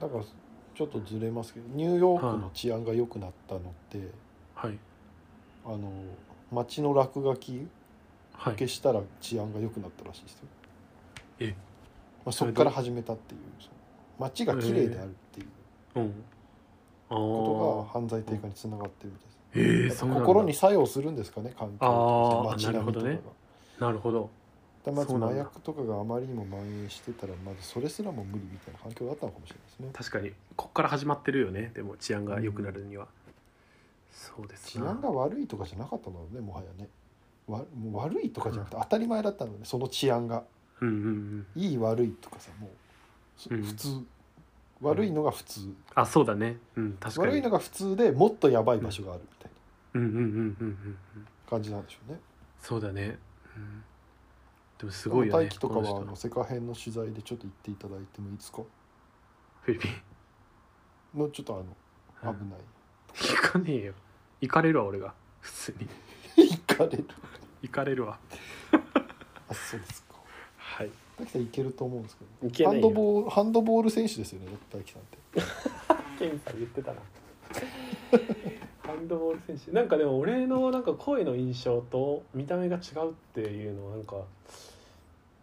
どだからちょっとずれますけどニューヨークの治安が良くなったのって、はいあの街の落書きは消いしたら治安が良くなったらしいですよ、えまあ、そこから始めたっていうその街が綺麗であるっていううんあことあが犯罪低下につながってるみたいですえー、そうなんだ心に作用するんですかね環境あー街並みとかなが、るほどねなるほどでまずそうなん麻だ薬とかがあまりにも蔓延してたらまずそれすらも無理みたいな環境だったのかもしれないですね確かにここから始まってるよねでも治安が良くなるには、そうです治安が悪いとかじゃなかったのねもはやねわもう悪いとかじゃなくて当たり前だったのねその治安がうんうんうんいい悪いとかさもうそうん普通、悪いのが普通、あそうだねうん確かに悪いのが普通でもっとやばい場所があるみたいうんうんうんうんうんうんな感じなんでしょうね。そうだね、うん、でもすごいよね大輝とかこはあの人の世界編の取材でちょっと行っていただいてもいいですかフィリピンもうちょっとあの危ない 行かねえよ行かれるわ俺が普通に行かれる行かれるわあそうですかはい滝さんいけると思うんですけいどけないハよンドボールハンドボール選手ですよね滝さんってケンさん言ってたな ハンドボール選手なんかでも俺のなんか声の印象と見た目が違うっていうのはなんか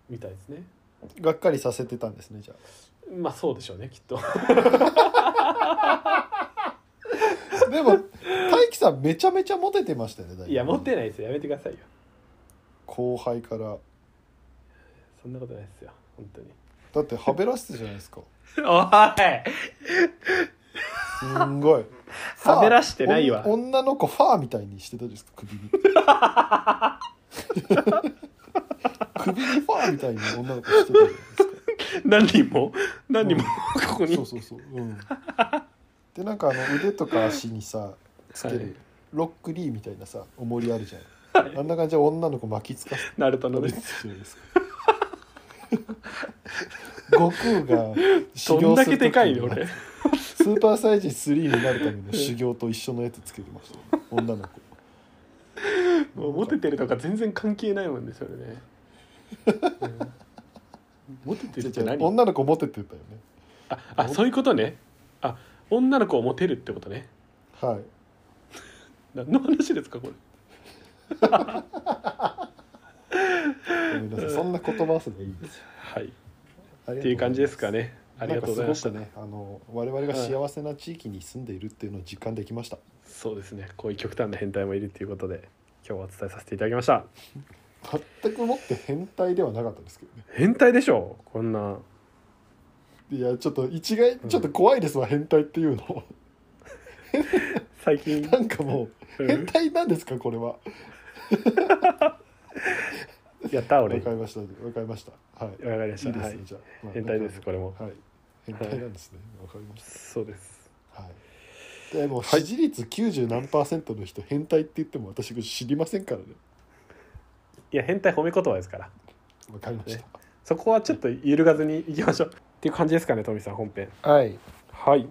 みたいですねがっかりさせてたんですねじゃまあそうでしょうねきっとあでも 大樹さんめちゃめちゃモテてましたよねだぶいや持ってないですよやめてくださいよ後輩からそんなことないですよ本当にだってはべらせてたじゃないですかおすんごいい はべらしてないわファーおん女の子ファーみたいにしてたですか首に 首にファーみたいに女の子してたじゃないですか何人も何人もここにそうそうそううんでなんかあの腕とか足にさつける、はいロックリーみたいなさ重りあるじゃん、あんな感じで女の子巻きつかせてナルトのるねじゃない ですか悟空が修どん行だすける時でにかいの俺スーパーサイジ3になるため の修行と一緒のやつつけてましたよ、女の子もうモテてるとか全然関係ないもんねそれね、うんモテてるって違う違う何女の子モテてたよねああそういうことねあ女の子をモテるってことねはい何の話ですかこれごめんなさいそんな言葉遊びはいいですよはいっありがとござますていう感じですかねありがとうございましたなんかすごくねあの我々が幸せな地域に住んでいるっていうのを実感できました、そうですねこういう極端な変態もいるということで今日はお伝えさせていただきました全くもって変態ではなかったですけどね変態でしょうこんないやちょっと一概ちょっと怖いですわ、変態っていうの 最近なんかもううん変態なんですかこれはやったわ俺かわかりましたわかりましたはいりましたいいですね、はいじゃあ、まあ変態ですなんかこれもはい変態なんですねわ、かりましそうですたはいでもう支持率90何パーセントの人変態って言っても私知りませんからねいや変態褒め言葉ですからわかりました、そこはちょっと揺るがずにいきましょうっていう感じですかねトミさん本編はいはいっ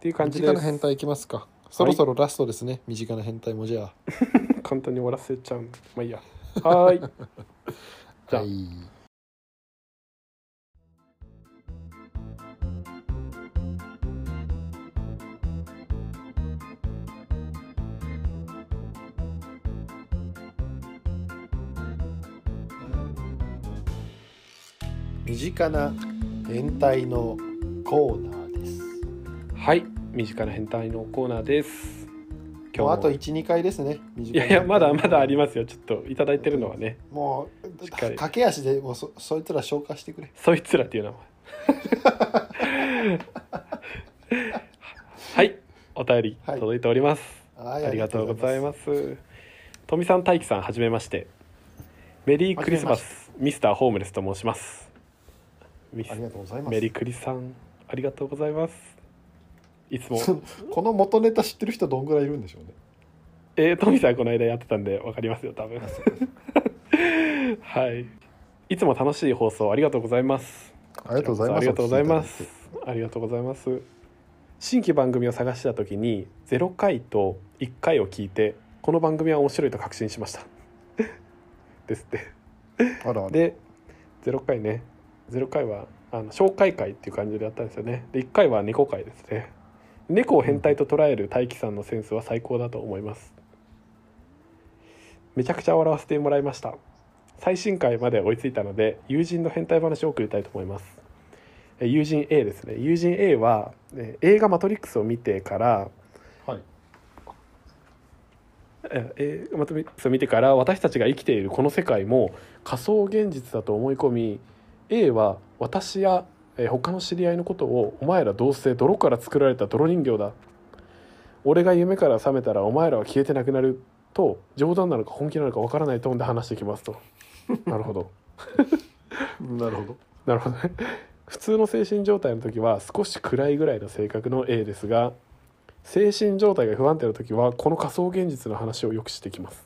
ていう感じ身で近すな変態いきますかそろそろラストですね、身近な変態もじゃあ簡単に終わらせちゃうまあいいやはーい じゃはあい身近な変態のコーナーです。はい身近な変態のコーナーです今日あとい一二回ですね。いやいやまだまだありますよちょっといただいてるのはねもうしっかり駆け足でもうそそいつら消化してくれ。そいつらっていう名 前はいお便りはい届いております、はありがとうございす。ます富さん大輝さんはじめましてメリークリスマスミスターホームレスと申しますミスありがとうございます。メリークリさんありがとうございますいつもそのこの元ネタ知ってる人どんぐらいいるんでしょうね。えー、トミさんこの間やってたんでわかりますよ多分 はいいつも楽しい放送ありがとうございますありがとうございます。ありがとうございますありがとうございます新規番組を探してた時に0回と1回を聞いてこの番組は面白いと確信しました ですってあらあら。で0回ね0回はあの紹介会っていう感じでやったんですよねで1回は猫会ですね猫を変態と捉える大樹さんのセンスは最高だと思いますめちゃくちゃ笑わせてもらいました最新回まで追いついたので友人の変態話を送りたいと思いますえ友人 A ですね友人 A はえ映画「マトリックス」を見てからはい。えーマトリックスを見てから私たちが生きているこの世界も仮想現実だと思い込み A は私や、えー他の知り合いのことを「お前らどうせ泥から作られた泥人形だ」「俺が夢から覚めたらお前らは消えてなくなる」と冗談なのか本気なのかわからないトーンで話してきますと なるほどなるほど。なるほどね普通の精神状態の時は少し暗いぐらいの性格の A ですが精神状態が不安定な時はこの仮想現実の話をよくしてきます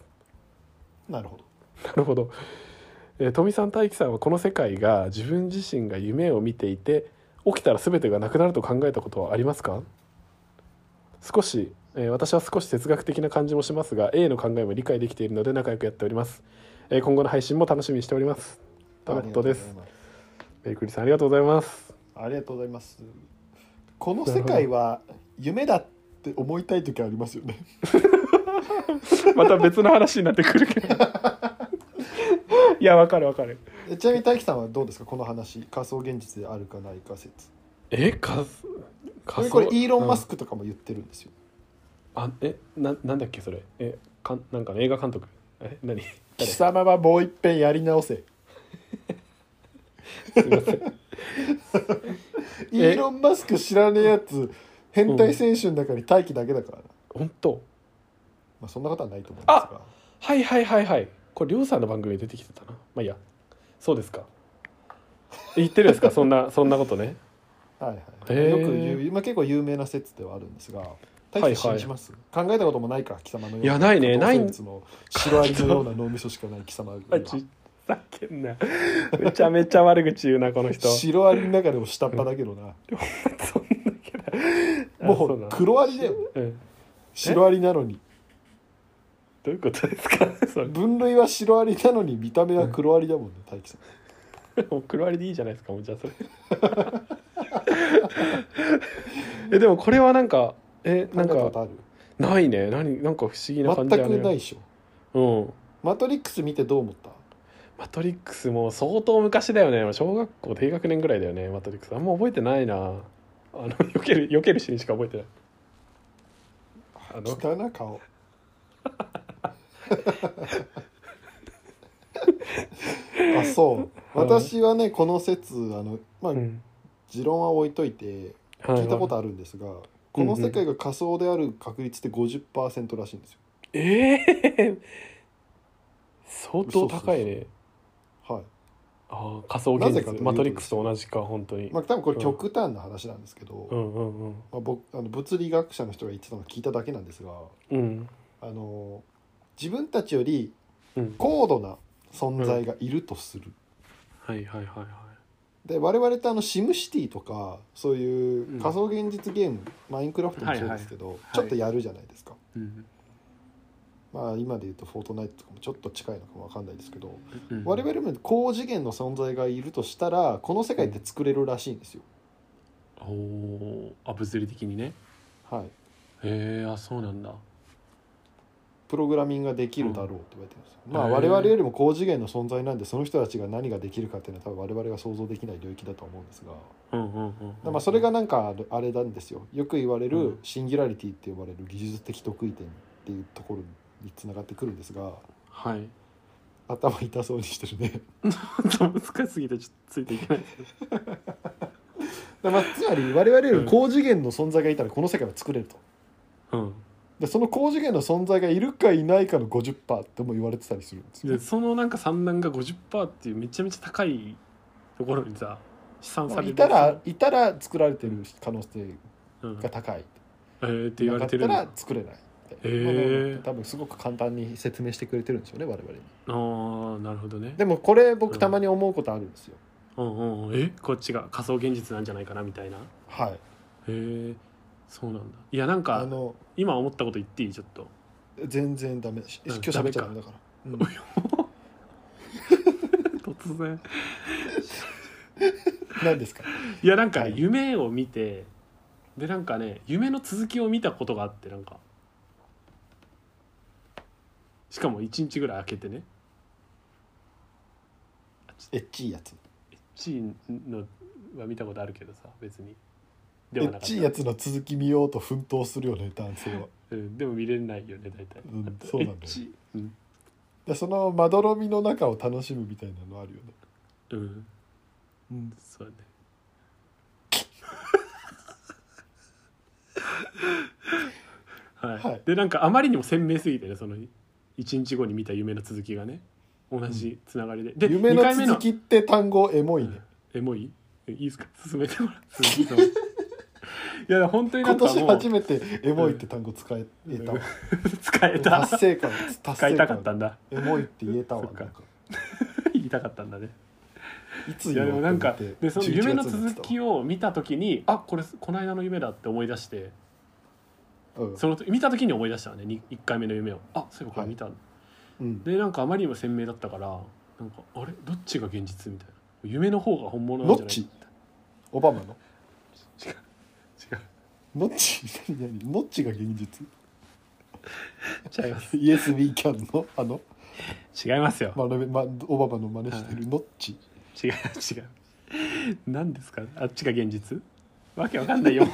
なるほど。なるほど、えー、富さん大輝さんはこの世界が自分自身が夢を見ていて起きたら全てがなくなると考えたことはありますか少し、えー私は少し哲学的な感じもしますが A の考えも理解できているので仲良くやっております、えー今後の配信も楽しみにしておりますタロットですベイクリさんありがとうございますありがとうございますこの世界は夢だって思いたい時ありますよねまた別の話になってくるけ どいやわかるわかる えちなみに大樹さんはどうですかこの話仮想現実であるかないか説えかこかれこれイーロン・マク、スクとかも言ってるんですよ、うんあえななんだっけそれえかんなんかの映画監督え何 貴様はもう一遍やり直せすいません イーロン・マスク知らねえやつ変態選手の中に大輝だけだからな、本当まあ、そんなことはないと思うんですがはいはいはいはいこれりょうさんの番組で出てきてたなまあいいやそうですか言ってるんですかそんなそんなことねはいはい、へえよく言う、まあ、結構有名な説ではあるんですが大はいは輝い信じます、考えたこともないか貴様のよういやないねない動物のシロアリのような脳みそしかない貴様にはざけんなめちゃめちゃ悪口言うなこの人シロアリの中でも下っ端だけどなそんなキャラあもそうなうん黒アリだようんシロアリなのにどういうことですかそれ分類はシロアリなのに見た目は黒アリだもんね大輝さんもう黒割りでいいじゃないですかもうじゃあそれえでもこれはなんかえなん考えたことかあるないね何なんか不思議な感じだね全くないでしょうんマトリックス見てどう思ったマトリックスも相当昔だよね小学校低学年ぐらいだよねマトリックスあんま覚えてないなあの避ける避けるシーンしか覚えてないあの汚な 顔あそう私はねこの説あのまあうん持論は置いといては聞いたことあるあるんですが、この世界が仮想である確率って50%らしいんですよ、ええ相当高いねはああ仮想現なぜかという実とマトリックスと同じか本当に、いまあ多分これ極端な話なんですけど、うんうんうんまあ、僕あの物理学者の人が言ってたのを聞いただけなんですがうんあの自分たちよりうん高度な存在がいるとする、はいはいはいはいで我々ってあのシムシティとかそういう仮想現実ゲーム、マインクラフトもそうですけど、いちょっとやるじゃないですか、うんまあ今で言うと「フォートナイト」とかもちょっと近いのかもわかんないですけど、うん我々も高次元の存在がいるとしたらこの世界って作れるらしいんですよ、おおあ物理的にねはいへえあそうなんだプログラミングができるだろうって言われてます、うんまあへー我々よりも高次元の存在なんでその人たちが何ができるかっていうのは多分我々が想像できない領域だと思うんですが、うんうんうん、うん、まあ、それがなんかあれあれなんですよよく言われうんるシンギュラリティって呼ばれる技術的得意点っていうところにつながってくるんですがはい 頭痛そうにしてるねちょっと難しすぎてちょっとついていけないで まあつまり我々より高次元の存在がいたらこの世界は作れるとうんでその高次元の存在がいるかいないかの50%っても言われてたりするんですよでそのなんか産卵が50%っていうめちゃめちゃ高いところにさ試算さまあれていたら、いたら作られてる可能性うん、が高いっえー、って言われてるんなかっだたら作れないへーまあ多分すごく簡単に説明してくれてるんでしょうね我々にあーなるほどねでもこれう僕んたまに思うことあるんですよ、うんうんうんえこっちが仮想現実なんじゃないかなみたいなへはいえそうなんだいやなんあかの今思ったこと言っていいちょっと全然ダメだしうん今日喋っちゃダメだから、うん突然何 ですかいやなんか、ねはい夢を見てでなんかね夢の続きを見たことがあってなんかしかも1日ぐらい空けてねエッチいやつチーのは見たことあるけどさ別にエでもなッかったチいやつの続き見ようと奮闘するよね男性はうん、でも見れないよね大体、うんそうなんだよエッチうん、でそのまどろみの中を楽しむみたいなのあるよね、うん、うん、そうねはい、はいでなんかあまりにも鮮明すぎてねその1日後に見た夢の続きがね同じつながりで、で夢二の回目続きって単語エモいね、えもういいえいいですか進めてもらって続 きのいや本当にな今んかもう年初めてエモいって単語使えたわ、使えた達成感達使い成たかった感んだ エモいって言えたわそっかなんか言いたかったんだねいついや言でおもうなんと思かってでその夢の11月になって続たわきを見た時にあこれこの間の夢だって思い出してうんその時見た時に思い出したわねに1回目の夢をあそういえばこれ見た、うんでなんかあまりにも鮮明だったからなんかあれどっちが現実みたいな夢の方が本物なんじゃないどっオバマの違う違うノッチ何何ノッチが現実違いま すイエス・ウィーキャンのあの違いますよ、まま、オバマの真似してるノッチ違う違う何ですかあっちが現実わけわか んないよ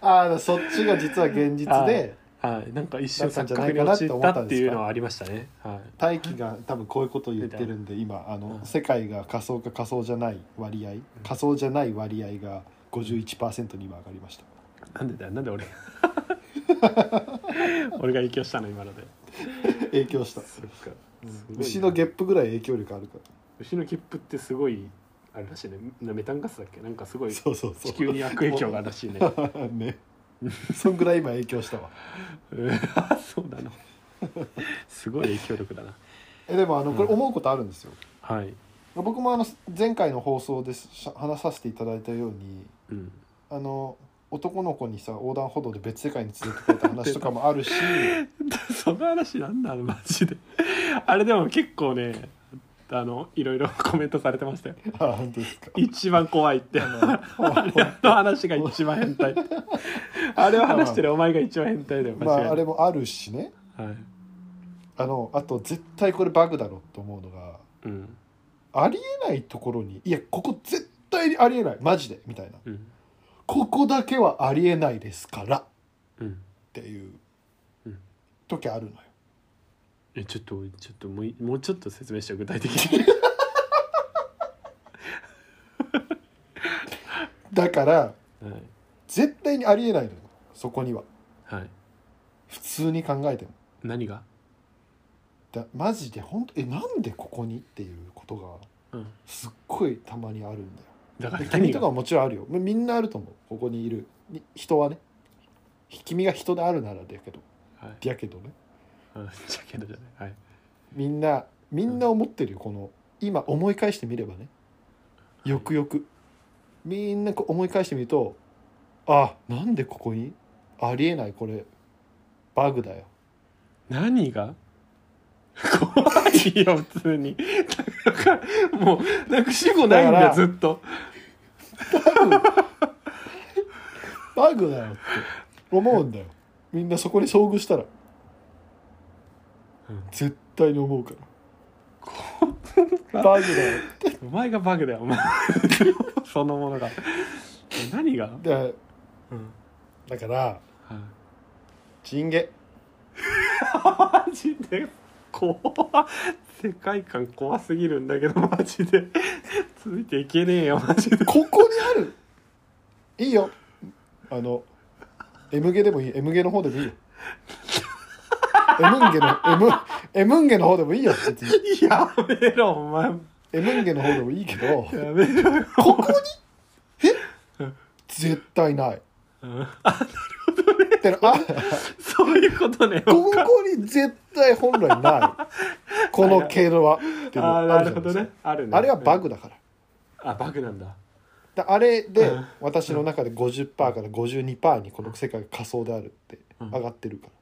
ああそっちが実は現実はいではいなんか一瞬だったんじ錯ゃな覚いかになっ陥てっ思ったたっんですかていうのはありましたねはい大気が多分こういうことを言ってるんで今あのうん世界が仮想か仮想じゃない割合仮想じゃない割合が51%に今上がりましたなんでだよなんで 俺俺が影響したの今ので影響したそっか牛のゲップぐらい影響力あるか牛の切符ってすごいあれらしいねなメタンガスだっけなんかすごらいそうそうそう地球に悪影響があるらしいね ねそんぐらい今影響したわうわ そうなのすごい影響力だなえでもあのこれ思うことあるんですよはい僕もあの前回の放送でしゃ話させていただいたようにうんあの男の子にさ横断歩道で別世界に連れてくれた話とかもある し その話なんなのマジであれでも結構ねあのいろいろコメントされてましたよあ本当ですか一番怖いってあの話が一番変態あれを話してるお前が一番変態だよま間違いあなあいれもあるしねはいあのあと絶対これバグだろと思うのがうんありえないところにいやここ絶対にありえないマジでみたいなうんここだけはありえないですからっうんていううん時あるのよえちょっとちょっともういもうちょっと説明して具体的にだからはい絶対にありえないのよそこにははい普通に考えても何がだマジで本当えなんでここにっていうことがうんすっごいたまにあるんだよだから君何とかがももちろんあるよみんなあると思うここにいるに人はねひ君が人であるならだけどはいやけどねうんじゃけどじゃないはいみんなみんな思ってるよこの今思い返してみればねよくよくみんなこう思い返してみるとあなんでここにありえないこれバグだよ何が怖いよ普通にだからもうなんか死後ないだんだよからずっとバグだよって思うんだよみんなそこに遭遇したら、うん絶対に思うからバグだよお前がバグだよお前そのものが何が、でうんだからはいチン ゲマジで怖っ世界観怖すぎるんだけどマジでついていけねえよマジでここにあるいいよあの M ゲでもいい M ゲの方でもいいよ M ンゲの M, M ンゲの方でもいいよ別にやめろお前 M ンゲの方でもいいけどやめろよここにえ絶対ないうんってなあそういうことねここに絶対本来ないこの経路はっていうのあーなあるじるゃないでほどすかねあるねあれはバググだからあバグなんだだあれでうん私の中で50%から52%にこの世界が仮想であるってうん上がってるから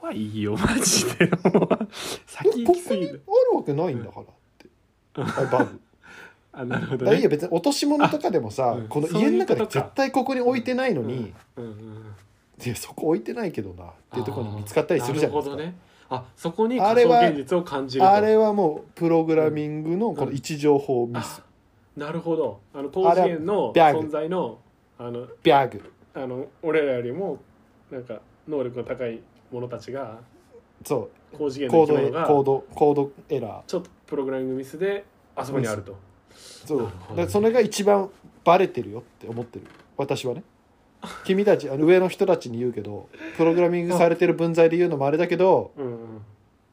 怖いよマジでもう先行こきこすぎにあるるわけないんだからって。あバグ あなるほだどからいいねよ別に落とし物とかでもさ、あうんこの家の中でそういうことか絶対ここに置いてないのに、うんうんいやそこ置いてないけどなっていうところに見つかったりするじゃないですかああ,、ーなるほどねあそこにあ仮れは想現実を感じるとれはもうプログラミングのこの位置情報ミス、なるほどあの当次元のあれはバグ存在のあのビャグあの俺らよりもなんか能力の高い者たちがそ高次う元のコードエ生き物がコードコードエラーちょっとプログラミングミスであそこにあるとそうなだるほどからそれが一番バレてるよって思ってる私はね君たちあの上の人たちに言うけどプログラミングされてる分際で言うのもあれだけどうんうん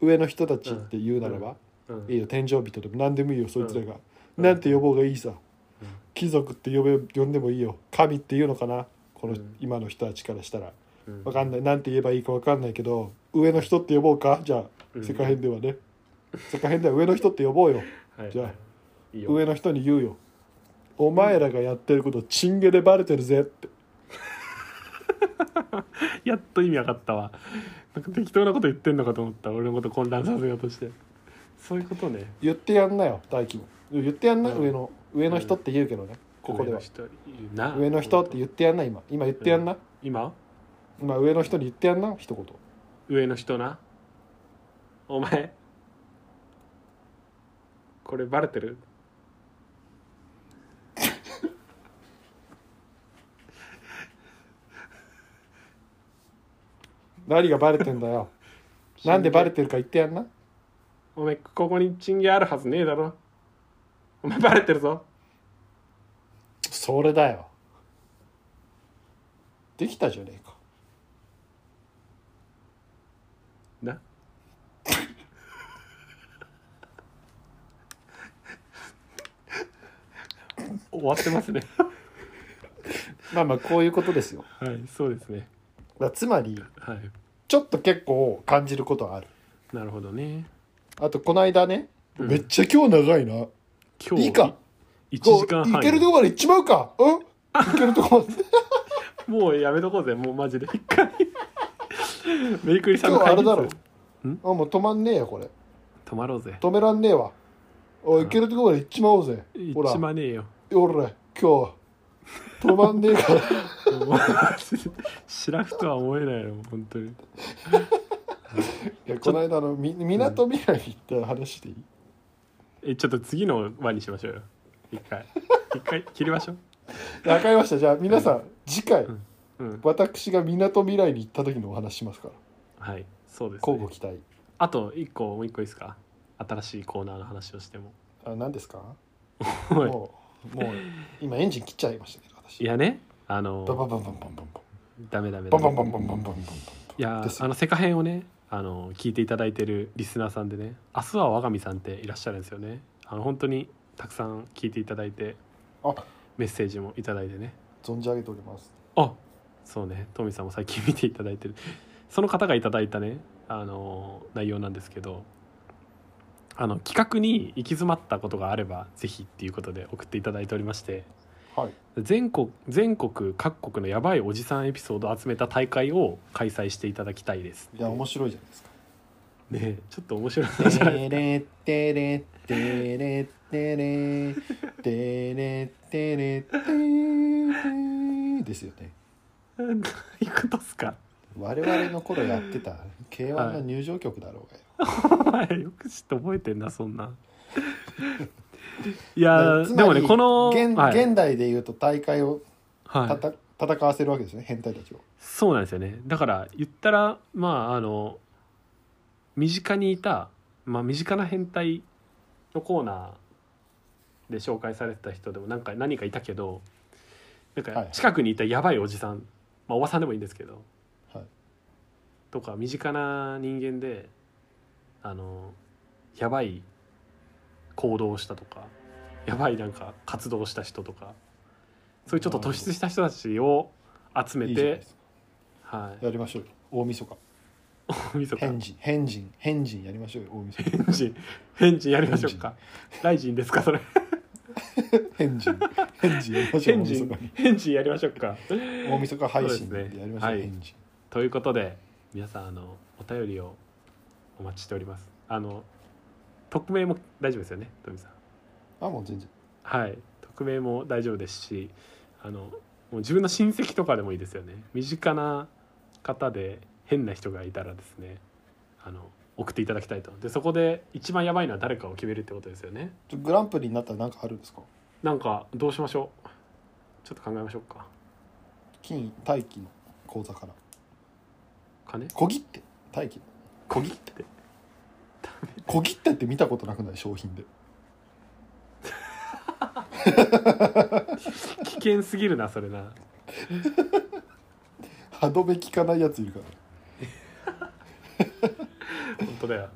上の人たちって言うならば、うんいいよ天井人でも何でもいいよそいつらが、うんなんて呼ぼうがいいさ、うん貴族って呼べ呼んでもいいよ神っていうのかなこの、うん今の人たちからしたらうん分かんないなんて言えばいいか分かんないけど上の人って呼ぼうかじゃあ、うん世界編ではね世界編では上の人って呼ぼうよはいじゃあいいよ上の人に言うよお前らがやってることチンゲでバレてるぜってやっと意味わかったわなんか適当なこと言ってんのかと思った俺のこと混乱させようとしてそういうことね言ってやんなよ大輝も言ってやんな、うん上の上の人って言うけどねここでは上の人言うな上の人って言ってやんな今今言ってやんな、今今上の人に言ってやんな一言上の人なお前これバレてる何がバレてんだ よなんでバレてるか言ってやんなお前ここにチンゲあるはずねえだろお前バレてるぞそれだよできたじゃねえかな終わってますねまあまあこういうことですよ はいそうですねだからつまりはいちょっと結構感じることはあるなるほどねあとこの間ね、うんめっちゃ今日長いな今日いいか1時間こう半いけるとこまで行っちまうかうんいけるとこまでもうやめとこうぜもうマジで一回メイクリさん今の日あれ会議だろ室あもう止まんねえよこれ止まろうぜ止めらんねえわおいうんいけるとこまで行っちまおうぜほら一まねえよおら今日止まんねえからもうマジでシラフとは思えないよ本当にいやこの間のみみなとみらいに行った話でいいえちょっと次の輪にしましょうよ一回一回切りましょうわかりましたじゃあ皆さん次回んうん私がみなとみらいに行った時のお話しますからはいそうです、交ね互、期待あと一個もう一個いいですか新しいコーナーの話をしてもあ何ですかはいもうもう今エンジン切っちゃいましたけど私いやねバあンバのンバンバンバンバンダメダメバダンメバンバンバンバンバンバンバンいやですあの世界編をねあの聞いていただいてるリスナーさんでね明日は我が身さんっていらっしゃるんですよねあの本当にたくさん聞いていただいてあメッセージもいただいてね存じ上げておりますあそうねトミさんも最近見ていただいてるその方がいただいたねあの内容なんですけどあの企画に行き詰まったことがあればぜひっていうことで送っていただいておりましてはい全国全国各国のやばいおじさんエピソードを集めた大会を開催していただきたいですいや面白いじゃないですかねえちょっと面白いじゃないテレテレテレテレテレテレテレですよね どういうことっすか 我々の頃やってた K1 の入場曲だろうがよお前よく知って覚えてんな そんないやつーまりでもねこの現,、はい現代でいうと大会をはいたた、戦わせるわけですね変態たちをそうなんですよねだから言ったらまああの身近にいた、まあ、身近な変態のコーナーで紹介されてた人でもなんか何かいたけどなんはかい近くにいたやばいおじさん、まあ、おばさんでもいいんですけど、はいとか身近な人間であのやばい行動をしたとかやばいなんか活動をした人とかそういうちょっと突出した人たちを集めいいてじゃないですかはいやりましょうよ大晦日みそか変人変人変人やりましょうよ大晦日変人変人やりましょうかライジンですかそれ変人変人やりましょう大変晦人日に変人やりましょうか大晦日配信でそうですねやりましょうはよい変人ということで皆さんあのお便りをお待ちしておりますあの匿名も大丈夫ですよねトミさんあもう全然はい匿名も大丈夫ですしあのもう自分の親戚とかでもいいですよね身近な方で変な人がいたらですねあの送っていただきたいとでそこで一番やばいのは誰かを決めるってことですよねちょグランプリになったら何かあるんですかなんかどうしましょうちょっと考えましょうか金大気の口座から金小切手大気の小切手小切手って見たことなくない商品で危険すぎるなそれな歯止め効かないやついるから本当だよっ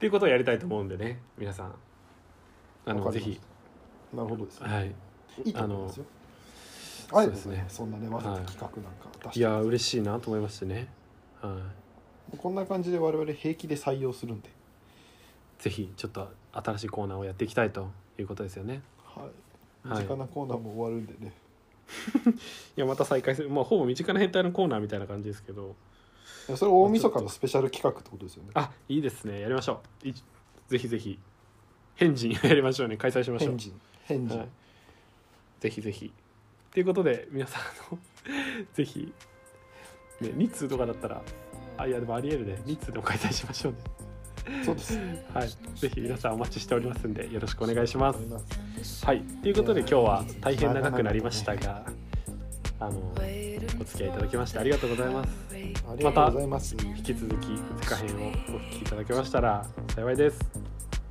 ていうことをやりたいと思うんでね皆さんあのわかぜりましひたなるほどですねはいいいと思いますよあのあれですねそそんなねわざはとい企画なんか出して、いや嬉しいなと思いましたねはこんな感じで我々平気で採用するんでいぜひちょっと新しいコーナーをやっていきたいということですよねはいはい身近なコーナーも終わるんでね、いやまた再開するまあほぼ身近な変態のコーナーみたいな感じですけどいやそれ大晦日のスペシャル企画ってことですよねあいいですねやりましょういぜひぜひ変人やりましょうね開催しましょう変人変人、はい、ぜひぜひということで皆さんあの ぜひ、ね、2通とかだったらあいやでもありえるね2通でも開催しましょうねそうですはいぜひ皆さんお待ちしておりますんでよろしくお願いしますはいということで今日は大変長くなりましたがあのお付き合いいただきましてありがとうございますありがとうございます、引き続き世界編をお聞きいただけましたら幸いです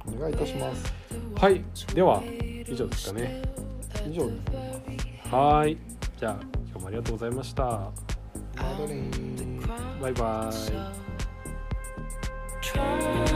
お願いいたしますはいでは以上ですかね以上ですはーいじゃあ今日もありがとうございましたマドレーンバイバイ Try